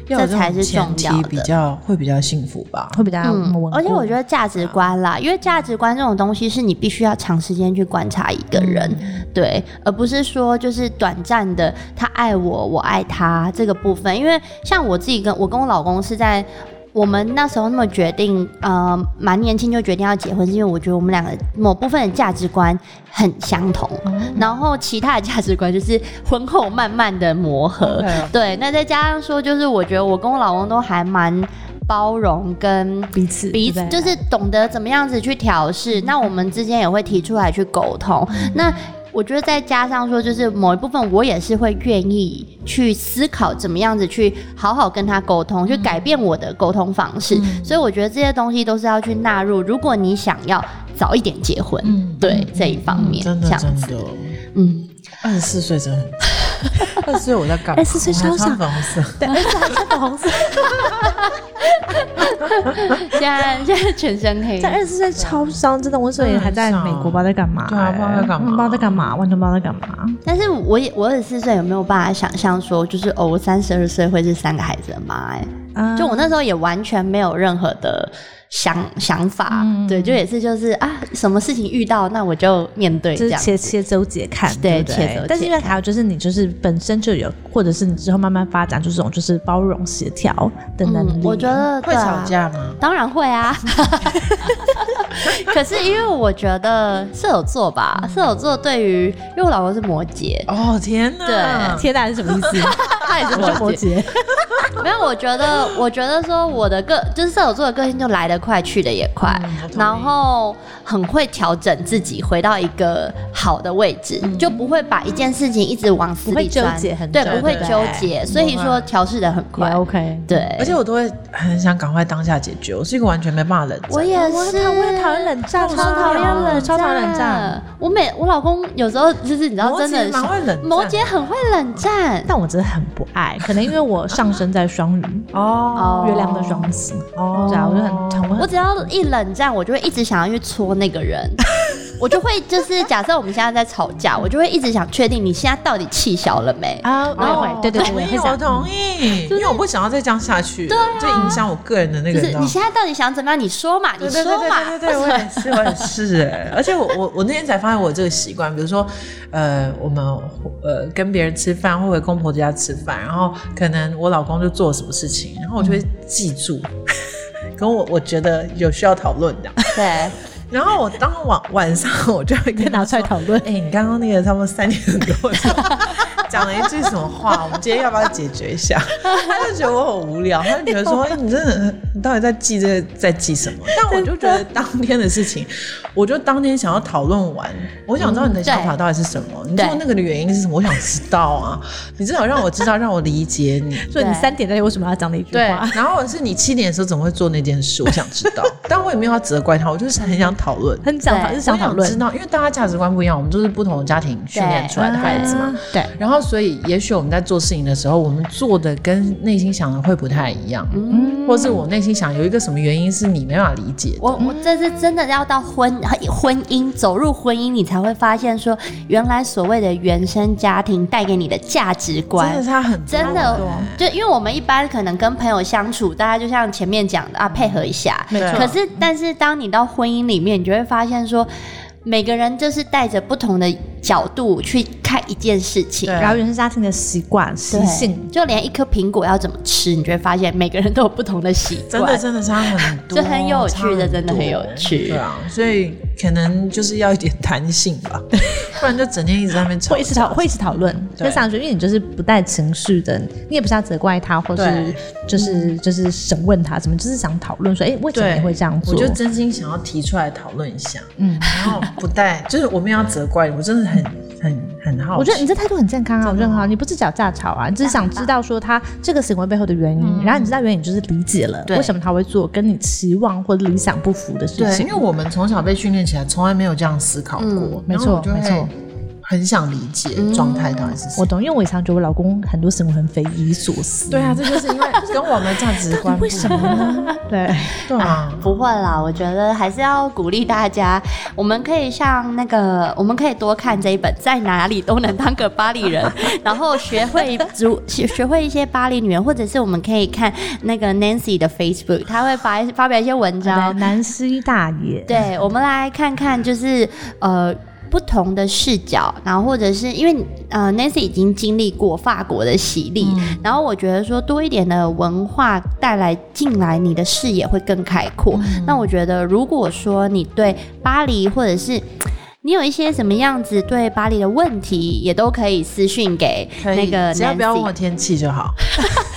Speaker 3: 要有
Speaker 1: 这才
Speaker 3: 种
Speaker 1: 是
Speaker 3: 前
Speaker 1: 重要
Speaker 3: 提
Speaker 1: 的
Speaker 3: 比较会比较幸福吧。
Speaker 2: 会比较稳固、
Speaker 1: 嗯
Speaker 2: 啊
Speaker 1: 而且我觉得价值观啦，因为价值观这种东西是你必须要长时间去观察一个人，
Speaker 2: 嗯
Speaker 1: 对，而不是说就是短暂的他爱我，我爱他这个部分。因为像我自己跟我跟我老公是在。我们那时候那么决定，呃，蛮年轻就决定要结婚，是因为我觉得我们两个某部分的价值观很相同，
Speaker 2: 哦
Speaker 1: 然后其他的价值观就是婚后慢慢的磨合。
Speaker 2: 啊
Speaker 3: OK
Speaker 1: 对，那再加上说，就是我觉得我跟我老公都还蛮包容跟
Speaker 2: 彼此
Speaker 1: 彼此
Speaker 2: 对不对
Speaker 1: 就是懂得怎么样子去调试。那我们之间也会提出来去沟通。那我觉得再加上说，就是某一部分我也是会愿意去思考怎么样子去好好跟他沟通，去改变我的沟通方式。所以我觉得这些东西都是要去纳入。如果你想要早一点结婚，
Speaker 3: 嗯
Speaker 1: 对这一方面，
Speaker 3: 真的
Speaker 1: 这样
Speaker 3: 真
Speaker 1: 子，
Speaker 3: 的，
Speaker 1: 嗯，
Speaker 3: 二十四岁真的很二十岁我在干嘛？
Speaker 1: 24岁
Speaker 3: 我还
Speaker 1: 超
Speaker 3: 穿
Speaker 1: 傻
Speaker 3: 粉红色，
Speaker 2: 对，而且还穿粉红色，
Speaker 1: 现在现在全身黑，
Speaker 2: 在二十岁超伤，真的。我所以还在美国，不知道在干嘛、
Speaker 3: 对啊不知道在干嘛
Speaker 2: 不知道在干嘛，完全不知道在干嘛。
Speaker 1: 但是我也我二十四岁有没有办法想象说，就是哦，我三十二岁会是三个孩子的妈、欸？
Speaker 2: 啊
Speaker 1: 就我那时候也完全没有任何的想想法，
Speaker 2: 嗯
Speaker 1: 对，就也是就是啊，什么事情遇到那我就面对
Speaker 2: 就
Speaker 1: 这
Speaker 2: 是
Speaker 1: 样。
Speaker 2: 切切周结看，
Speaker 1: 对
Speaker 2: 对不对
Speaker 1: 切周结看
Speaker 2: 但是因为还有就是你就是本身就有，或者是你之后慢慢发展，就是这种就是包容协调的能力。
Speaker 1: 嗯，我觉得
Speaker 3: 会
Speaker 1: 对啊
Speaker 3: 吵架吗？
Speaker 1: 当然会啊， 可是因为我觉得射手座吧，
Speaker 2: 嗯
Speaker 1: 射手座对于因为我老公是摩羯，
Speaker 3: 哦天哪！
Speaker 2: 贴蛋是什么意 思？
Speaker 1: 他也是
Speaker 2: 我是 摩羯，
Speaker 1: 没有，我觉得，我觉得说我的个就是射手座的个性就来得快，去得也快，
Speaker 3: 嗯我同意
Speaker 1: 然后很会调整自己，回到一个好的位置，就不会把一件事情一直往死
Speaker 2: 不会
Speaker 1: 里钻，
Speaker 2: 纠结很
Speaker 1: 对，
Speaker 2: 久
Speaker 1: 不会
Speaker 2: 对
Speaker 1: 纠结，所以说调试的很快
Speaker 2: 也，OK。
Speaker 1: 对，
Speaker 3: 而且我都会很想赶快当下解决，我是一个完全没办法冷
Speaker 1: 我
Speaker 3: 静。
Speaker 1: 也
Speaker 2: 我
Speaker 1: 是，
Speaker 2: 讨我也讨厌冷战，
Speaker 1: 超讨厌冷战，
Speaker 2: 超讨厌冷战。。
Speaker 1: 我每我老公有时候就是你知道，
Speaker 3: 摩
Speaker 1: 真
Speaker 3: 羯
Speaker 1: 的
Speaker 3: 蛮会冷战
Speaker 1: 摩羯很会冷战。
Speaker 2: 但我真的很不爱，可能因为我上升在双鱼，
Speaker 3: 哦
Speaker 2: 月亮的双子，
Speaker 3: 哦
Speaker 2: 对啊，我就很很
Speaker 1: 我
Speaker 2: 我
Speaker 1: 只要一冷战，我就会一直想要去戳那个人，我就会就是假设我们现在在吵架，我就会一直想确定你现在到底气消了没。
Speaker 2: 啊，我也会，对对对，我也会
Speaker 3: 哦同意，我
Speaker 2: 想。
Speaker 3: 同意，因为我不想要再这样下去，对，
Speaker 2: 啊
Speaker 3: 就影响我个人的那
Speaker 1: 就是
Speaker 3: 个。知道
Speaker 1: 你
Speaker 3: 吗
Speaker 1: 现在到底想怎么样？你说嘛，你
Speaker 3: 对对
Speaker 1: 说
Speaker 3: 对
Speaker 1: 嘛
Speaker 3: 对对。对，我也是，我 也是哎。而且我我我那天才发现我这个习惯，比如说，呃，我们呃跟别人吃饭，或者公婆家吃饭，然后可能我老公就做什么事情，然后我就会记住，跟我我觉得有需要讨论的。
Speaker 1: 对，
Speaker 3: 然后我当晚晚上我就会跟
Speaker 2: 拿
Speaker 3: 他
Speaker 2: 出来
Speaker 3: 说
Speaker 2: 讨 论
Speaker 3: 哎、你刚刚那个差不多三点多钟 讲了一句什么话？我们今天要不要解决一下？ 他就觉得我很无聊，他就觉得说哎你真的很你到底在记这个在记什么？但我就觉得当天的事情，我就当天想要讨论完，我想知道你的想法到底是什么，你做那个的原因是什么？我想知道啊，你至少让我知道，让我理解 你。
Speaker 2: 所以你
Speaker 1: 对
Speaker 2: 三点到底为什么要讲那一句
Speaker 3: 对
Speaker 2: 话？，
Speaker 3: 然后我是你七点的时候怎么会做那件事？我想知道，但我也没有要责怪他，我就是很想讨论。
Speaker 2: 很想讨，
Speaker 1: 对
Speaker 2: 是想讨
Speaker 3: 我想
Speaker 2: 论
Speaker 3: 知。道，因为大家价值观不一样，我们都是不同的家庭训练出来的孩子嘛。
Speaker 2: 对，
Speaker 3: 然后，所以也许我们在做事情的时候，我们做的跟内心想的会不太一样，嗯，或是我内心想有一个什么原因是你没办法理解的。
Speaker 1: 我我这是真的要到婚婚姻走入婚姻，你才会发现说，原来所谓的原生家庭带给你的价值观
Speaker 3: 真的，差很多
Speaker 1: 真的，就因为我们一般可能跟朋友相处，大家就像前面讲的啊，配合一下。
Speaker 3: 嗯没错
Speaker 1: 可是，但是当你到婚姻里面，你就会发现说，每个人就是带着不同的角度去看一件事情。
Speaker 3: 对
Speaker 2: 然后原生家庭的习惯、习
Speaker 1: 对
Speaker 2: 性，
Speaker 1: 就连一颗苹果要怎么吃，你就会发现每个人都有不同的习
Speaker 3: 真的
Speaker 1: 惯。
Speaker 3: 真的差很多，
Speaker 1: 这很有趣
Speaker 3: 差很多
Speaker 1: 这真的很有趣
Speaker 3: 对啊，所以可能就是要一点弹性吧，不然就整天一直在那边吵
Speaker 2: 会一。起讨，会一起讨论，
Speaker 3: 对
Speaker 2: 跟上去，因为你就是不带情绪的，你也不是要责怪他，或是
Speaker 3: 对
Speaker 2: 就是就是审问他什么，就是想讨论说，哎，为什么
Speaker 3: 对，
Speaker 2: 你会这样做？
Speaker 3: 我就真心想要提出来讨论一下，
Speaker 2: 嗯，
Speaker 3: 然后不带，就是我没有要责怪你，我真的很很很好奇。
Speaker 2: 我觉得你这态度很健康啊，我觉得很好，你不是找架吵啊，你只是想知道说他这个行为背后的原因，然后你知道原因，你就是理解了
Speaker 3: 对
Speaker 2: 为什么他会做跟你期望或理想不符的事
Speaker 3: 对，
Speaker 2: 情
Speaker 3: 因为。我们从小被训练起来，从来没有这样思考过，
Speaker 1: 嗯
Speaker 2: 没
Speaker 3: 然
Speaker 2: 错
Speaker 3: 后我就会
Speaker 2: 没错
Speaker 3: 很想理解状态到底是什
Speaker 2: 我
Speaker 3: 么。
Speaker 2: 懂，因为我也常觉得我老公很多行为很匪夷所思。
Speaker 3: 对啊，这就是因为 跟我们价值观不
Speaker 2: 为什么呢？ 对，
Speaker 3: 对啊，
Speaker 1: 不会啦，我觉得还是要鼓励大家，我们可以像那个，我们可以多看这一本《在哪里都能当个巴黎人》， 然后学会如学学会一些巴黎女人，或者是我们可以看那个 Nancy 的 Facebook，她会发发表一些文章，
Speaker 2: 南希大爷，
Speaker 1: 对，我们来看看，就是呃。不同的视角，然后或者是因为呃，Nancy 已经经历过法国的洗礼，
Speaker 3: 嗯
Speaker 1: 然后我觉得说多一点的文化带来进来，你的视野会更开阔。
Speaker 3: 嗯
Speaker 1: 那我觉得，如果说你对巴黎或者是你有一些什么样子对巴黎的问题，也都可以私讯给
Speaker 3: 可
Speaker 1: 那
Speaker 3: 以，
Speaker 1: 个
Speaker 3: 只要不要问我
Speaker 1: Nancy。
Speaker 3: 天气就好。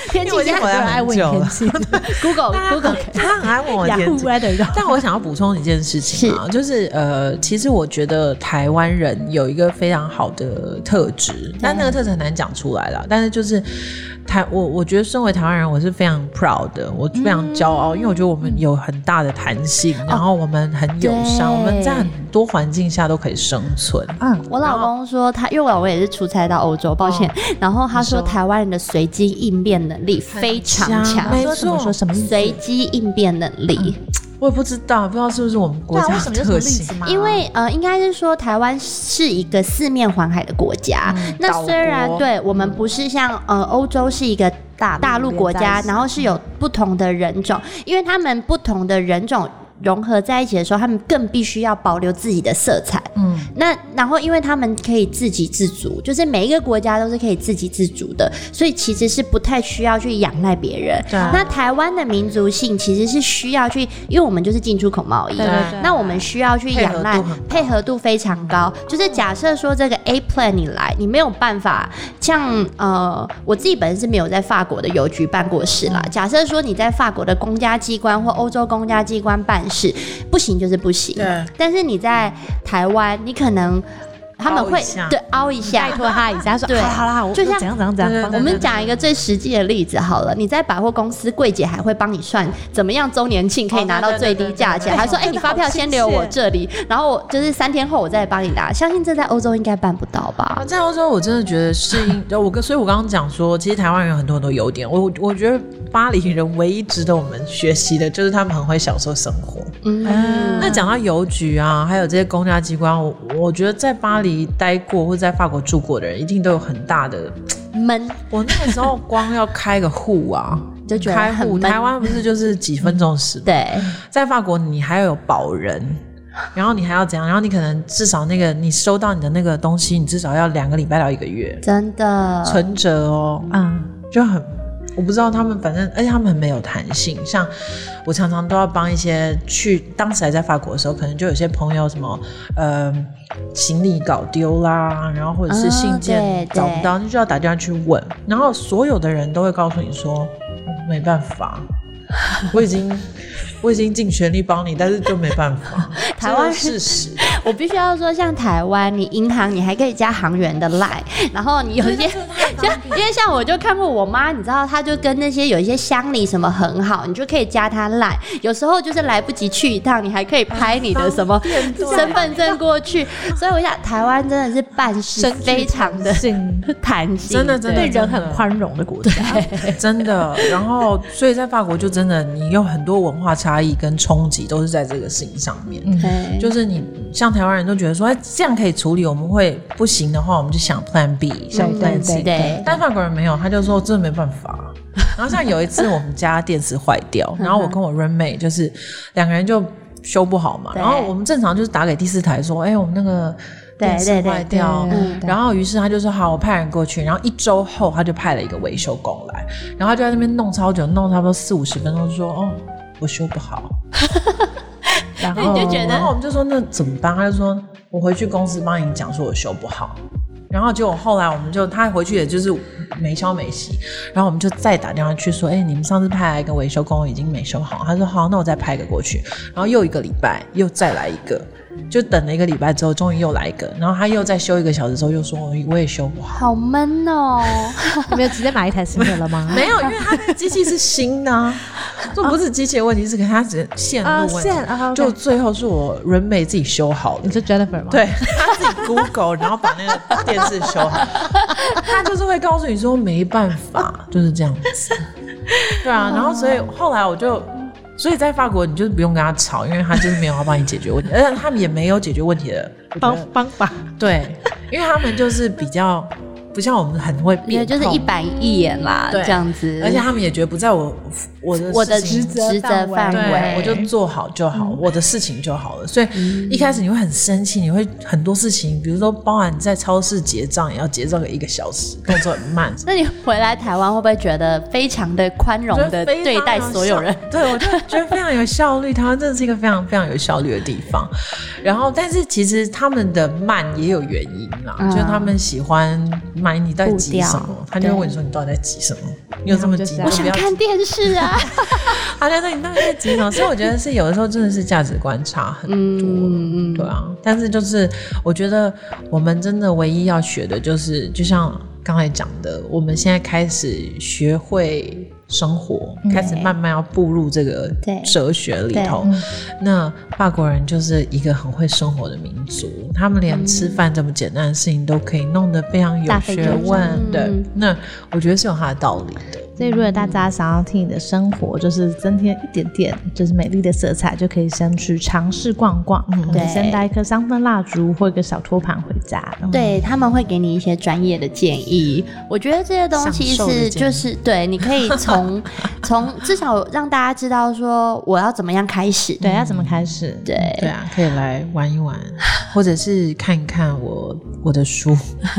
Speaker 2: 天
Speaker 3: 因为我已经
Speaker 2: 现在
Speaker 3: 回
Speaker 2: 很多人
Speaker 3: 来很
Speaker 2: 爱问你
Speaker 3: 久
Speaker 2: 天
Speaker 3: 了
Speaker 2: 气 ，Google
Speaker 3: 他
Speaker 2: Google
Speaker 3: 他很爱问我天
Speaker 2: Yahoo
Speaker 3: 气。
Speaker 2: Weather 的
Speaker 3: 但我想要补充一件事情啊，就是呃，其实我觉得台湾人有一个非常好的特质，但那个特质很难讲出来啦。但是就是台我我觉得身为台湾人，我是非常 proud 的，我非常骄
Speaker 2: 嗯
Speaker 3: 傲，因为我觉得我们有很大的弹性，
Speaker 2: 哦
Speaker 3: 然后我们很友
Speaker 1: 对
Speaker 3: 善，我们在很多环境下都可以生存。
Speaker 2: 嗯，
Speaker 1: 我老公说他，因为我老公也是出差到欧洲，抱歉。然后他说
Speaker 3: 哦你说
Speaker 1: 台湾人的随机应变能力非常
Speaker 3: 强
Speaker 1: 强，
Speaker 3: 没
Speaker 2: 说什么
Speaker 3: 错
Speaker 2: 说什么意思？
Speaker 1: 随机应变能力，
Speaker 3: 我也不知道，不知道是不是我们国
Speaker 2: 对啊，
Speaker 3: 家
Speaker 2: 为
Speaker 3: 的
Speaker 2: 什么有什么
Speaker 3: 特
Speaker 2: 例子
Speaker 3: 性。
Speaker 2: 吗？
Speaker 1: 因为呃，应该是说台湾是一个四面环海的国家。
Speaker 2: 嗯
Speaker 1: 那
Speaker 3: 岛
Speaker 1: 虽然
Speaker 3: 国
Speaker 1: 对我们不是像呃欧洲是一个大大陆国
Speaker 2: 连在
Speaker 1: 家
Speaker 2: 一，起
Speaker 1: 然后是有不同的人种，因为他们不同的人种融合在一起的时候，他们更必须要保留自己的色彩。
Speaker 3: 嗯，
Speaker 1: 那然后，因为他们可以自给自足，就是每一个国家都是可以自给自足的，所以其实是不太需要去仰赖别人。
Speaker 3: 对啊
Speaker 1: 那台湾的民族性其实是需要去，因为我们就是进出口贸易，
Speaker 2: 对对对
Speaker 1: 那我们需要去仰赖
Speaker 3: 配
Speaker 1: 配合
Speaker 3: 合度很高，
Speaker 1: 度非常高。就是假设说这个 A plan 你来，你没有办法像呃，我自己本身是没有在法国的邮局办过事
Speaker 3: 嗯
Speaker 1: 啦。假设说你在法国的公家机关或欧洲公家机关办事，不行就是不行。
Speaker 3: 对
Speaker 1: 但是你在台湾，你可能他们
Speaker 3: 凹一
Speaker 1: 会
Speaker 3: 下
Speaker 1: 对凹一下
Speaker 2: 拜。托他一下，他说
Speaker 1: 对
Speaker 2: 好啦好啦，我
Speaker 1: 就像
Speaker 2: 我怎样怎样怎
Speaker 3: 对
Speaker 2: 样
Speaker 3: 对
Speaker 2: 帮
Speaker 3: 对
Speaker 1: 呃我
Speaker 2: 你，
Speaker 1: 们讲一个最实际的例子好了，你在百货公司柜姐还会帮你算怎么样周年庆可以拿到最低价钱，
Speaker 3: 哦哦对对对对对
Speaker 1: 还说哎、你发票先留我这里，然后我就是三天后我再帮你拿。相信这在欧洲应该办不到吧
Speaker 3: 啊，？在欧洲我真的觉得适应，对我跟所以，我刚刚讲说，其实台湾人有很多很多优点。我我觉得巴黎人唯一值得我们学习的就是他们很会享受生活。
Speaker 1: 嗯，
Speaker 3: 那讲到邮局啊，还有这些公家机关，我我觉得在巴黎待过或者在法国住过的人，一定都有很大的。
Speaker 1: 闷，，
Speaker 3: 我那个时候光要开个户啊
Speaker 1: 就觉得
Speaker 3: 开
Speaker 1: 很
Speaker 3: 户，
Speaker 1: 闷
Speaker 3: 台湾不是就是几分钟的事吗？
Speaker 1: 对，
Speaker 3: 在法国你还要有保人，然后你还要怎样？然后你可能至少那个你收到你的那个东西，你至少要两个礼拜到一个月
Speaker 1: 真的，
Speaker 3: 存折哦，
Speaker 2: 嗯，
Speaker 3: 就很。我不知道他们，反正而且他们很没有弹性。像我常常都要帮一些去当时还在法国的时候，可能就有些朋友什么，呃，行李搞丢啦，然后或者是信
Speaker 1: 哦对
Speaker 3: 件
Speaker 1: 对
Speaker 3: 找不到，你就要打电话去问。然后所有的人都会告诉你说，没办法， 我已经我已经尽全力帮你，但是就没办法，
Speaker 1: 台湾
Speaker 3: 这是事实。
Speaker 1: 我必须要说，像台湾，你银行你还可以加行员的 line，然后你有一些像，因为像我就看过我妈，你知道，她就跟那些有一些乡里什么很好，你就可以加她 line。有时候就是来不及去一趟，你还可以拍你的 什么
Speaker 3: 啊
Speaker 1: 身份证过去。所以我想，台湾真的是办事非常的
Speaker 2: 性
Speaker 1: 弹性，
Speaker 3: 真的真的
Speaker 2: 对
Speaker 1: 对
Speaker 2: 人很宽容的国家，
Speaker 3: 真的。然后，所以在法国就真的，你有很多文化差异跟冲击，都是在这个事情上面。
Speaker 1: 对
Speaker 3: 就是你像台湾人都觉得说，哎，这样可以处理，我们会不行的话，我们就想 Plan B，想
Speaker 1: 嗯
Speaker 3: Plan C。
Speaker 1: 对对
Speaker 3: 但法国人没有，他就说真的没办法。然后像有一次我们家电池坏
Speaker 1: 嗯
Speaker 3: 掉，然后我跟我 roommate 就是两个人就修不好嘛，
Speaker 1: 对
Speaker 3: 然后我们正常就是打给第四台说，哎，我们那个
Speaker 1: 对
Speaker 3: 电池
Speaker 1: 对对
Speaker 3: 坏掉
Speaker 2: 对，
Speaker 1: 嗯
Speaker 3: 然后于是他就说好，我派人过去。然后一周后他就派了一个维修工来，然后他就在那边弄超久，弄差不多四五十分钟，就说哦，我修不好。
Speaker 2: 然
Speaker 1: 那
Speaker 2: 后
Speaker 1: 你就觉得
Speaker 3: 然后我们就说那怎么办？他就说我回去公司帮你讲，说我修不好。然后结果后来我们就他回去也就是没消没息，然后我们就再打电话去说，哎、你们上次派来一个维修工已经没修好，他说好，那我再派一个过去，然后又一个礼拜又再来一个，就等了一个礼拜之后，终于又来一个，然后他又再修一个小时之后，又说我也修不好。
Speaker 1: 好闷 哦、
Speaker 2: 你没有直接买一台新的了吗？
Speaker 3: 没有，因为他那个机器是新 的、啊，这不是机器的问题，是可能他只是线
Speaker 2: 啊，
Speaker 3: 路问题。
Speaker 2: 线啊，
Speaker 3: 就
Speaker 2: 就
Speaker 3: 最后是我 r o o m a 自己修好的
Speaker 2: 你，是 Jennifer 吗？，
Speaker 3: 对他自己 Google，然后把那个电视修 好，他就是会告诉你说没办法，就是这样子。对
Speaker 2: 哦
Speaker 3: 啊，然后所以后来我就。所以在法国，你就是不用跟他吵，因为他就是没有要帮你解决问题，而且他们也没有解决问题的
Speaker 2: 方方法
Speaker 3: 对，因为他们就是比较不像我们很会
Speaker 1: 没有，
Speaker 3: 变，
Speaker 1: 就是一板一眼啦，
Speaker 3: 对
Speaker 1: 这样子。
Speaker 3: 而且他们也觉得不在我我的
Speaker 1: 我的
Speaker 3: 事情
Speaker 1: 职责范围嗯
Speaker 3: 对，，我就做好就好，我的事情就好了。所以一开始你会很生气，你会很多事情，比如说包含在超市结账也要结账个一个小时，动作很慢。
Speaker 1: 那你回来台湾会不会觉得非常的宽容
Speaker 3: 我觉
Speaker 1: 的
Speaker 3: 得非常
Speaker 1: 对待所有人？
Speaker 3: 有效， 对我就觉得非常有效率。台湾真的是一个非常非常有效率的地方。然后，但是其实他们的慢也有原因啦，
Speaker 1: 嗯
Speaker 3: 就是他们喜欢买你在急什
Speaker 1: 步
Speaker 3: 么，他就会问你说你到底在急什么？你有这么急？
Speaker 2: 然
Speaker 1: 我
Speaker 2: 后
Speaker 3: 你
Speaker 2: 就
Speaker 3: 不
Speaker 1: 想
Speaker 3: 要急
Speaker 1: 看电视啊！
Speaker 3: 啊，对对，你到底在急什么？所以我觉得是有的时候真的是价值观差很多，
Speaker 1: 嗯
Speaker 3: 对啊。但是就是我觉得我们真的唯一要学的就是，就像刚才讲的，我们现在开始学会生活，开始慢慢要步入这个
Speaker 1: 对
Speaker 3: 哲学里头
Speaker 2: 对嗯。
Speaker 3: 那法国人就是一个很会生活的民族，他们连吃饭这么简单的事情都可以弄得非常有
Speaker 1: 嗯大费
Speaker 3: 学
Speaker 1: 周章
Speaker 3: 问。对
Speaker 1: 嗯，
Speaker 3: 那我觉得是有它的道理的。
Speaker 2: 所以，如果大家想要替你的生活就是增添一点点就是美丽的色彩，就可以先去尝试逛逛，嗯，
Speaker 1: 对
Speaker 2: 先带一颗香氛蜡烛或一个小托盘回家。嗯然后
Speaker 1: 对他们会给你一些专业的建议，我觉得这些东西
Speaker 3: 享受的
Speaker 1: 是
Speaker 3: 建议
Speaker 1: 就是对，你可以从从至少让大家知道说我要怎么样开始，
Speaker 2: 对，要怎么开始？
Speaker 1: 对
Speaker 3: 对啊，可以来玩一玩，或者是看一看我我的书，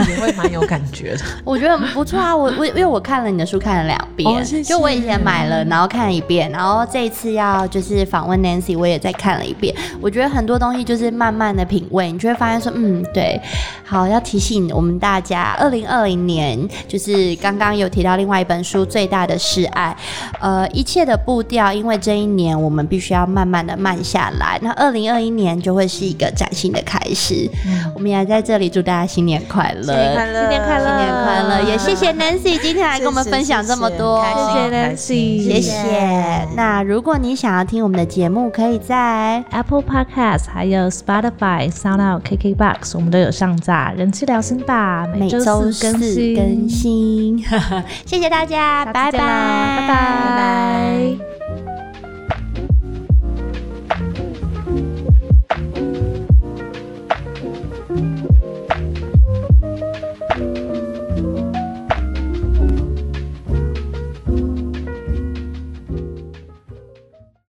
Speaker 3: 也会蛮有感觉的。
Speaker 1: 我觉得很不错啊，我我因为我看了你的书看了两遍，
Speaker 3: 哦谢谢
Speaker 1: 就我以前买了，然后看了一遍，然后这一次要就是访问 Nancy，我也再看了一遍。我觉得很多东西就是慢慢的品味，你就会发现说，嗯，对，好，要提醒我们大家，二零二零年就是刚刚有提到另外一本书《最大的示爱》，呃，一切的步调，因为这一年我们必须要慢慢的慢下来，那二零二一年就会是一个崭新的开始。我们也在这里祝大家嗯新年快乐，
Speaker 3: 新年快乐
Speaker 1: 新年快乐！也谢谢 Nancy 今天来跟我们分享这么多，
Speaker 3: 谢
Speaker 2: 谢谢
Speaker 3: 开心
Speaker 2: Nancy
Speaker 1: 谢谢。那如果你想要听我们的节目，可以在
Speaker 2: Apple Podcast 还有 Spotify、SoundOut、KKBox，我们都有上架。人气聊心吧，
Speaker 1: 每
Speaker 2: 周
Speaker 1: 周四
Speaker 2: 更新，
Speaker 1: 更新。谢谢大家，
Speaker 2: 下次
Speaker 1: 拜拜，
Speaker 2: 见啦拜拜。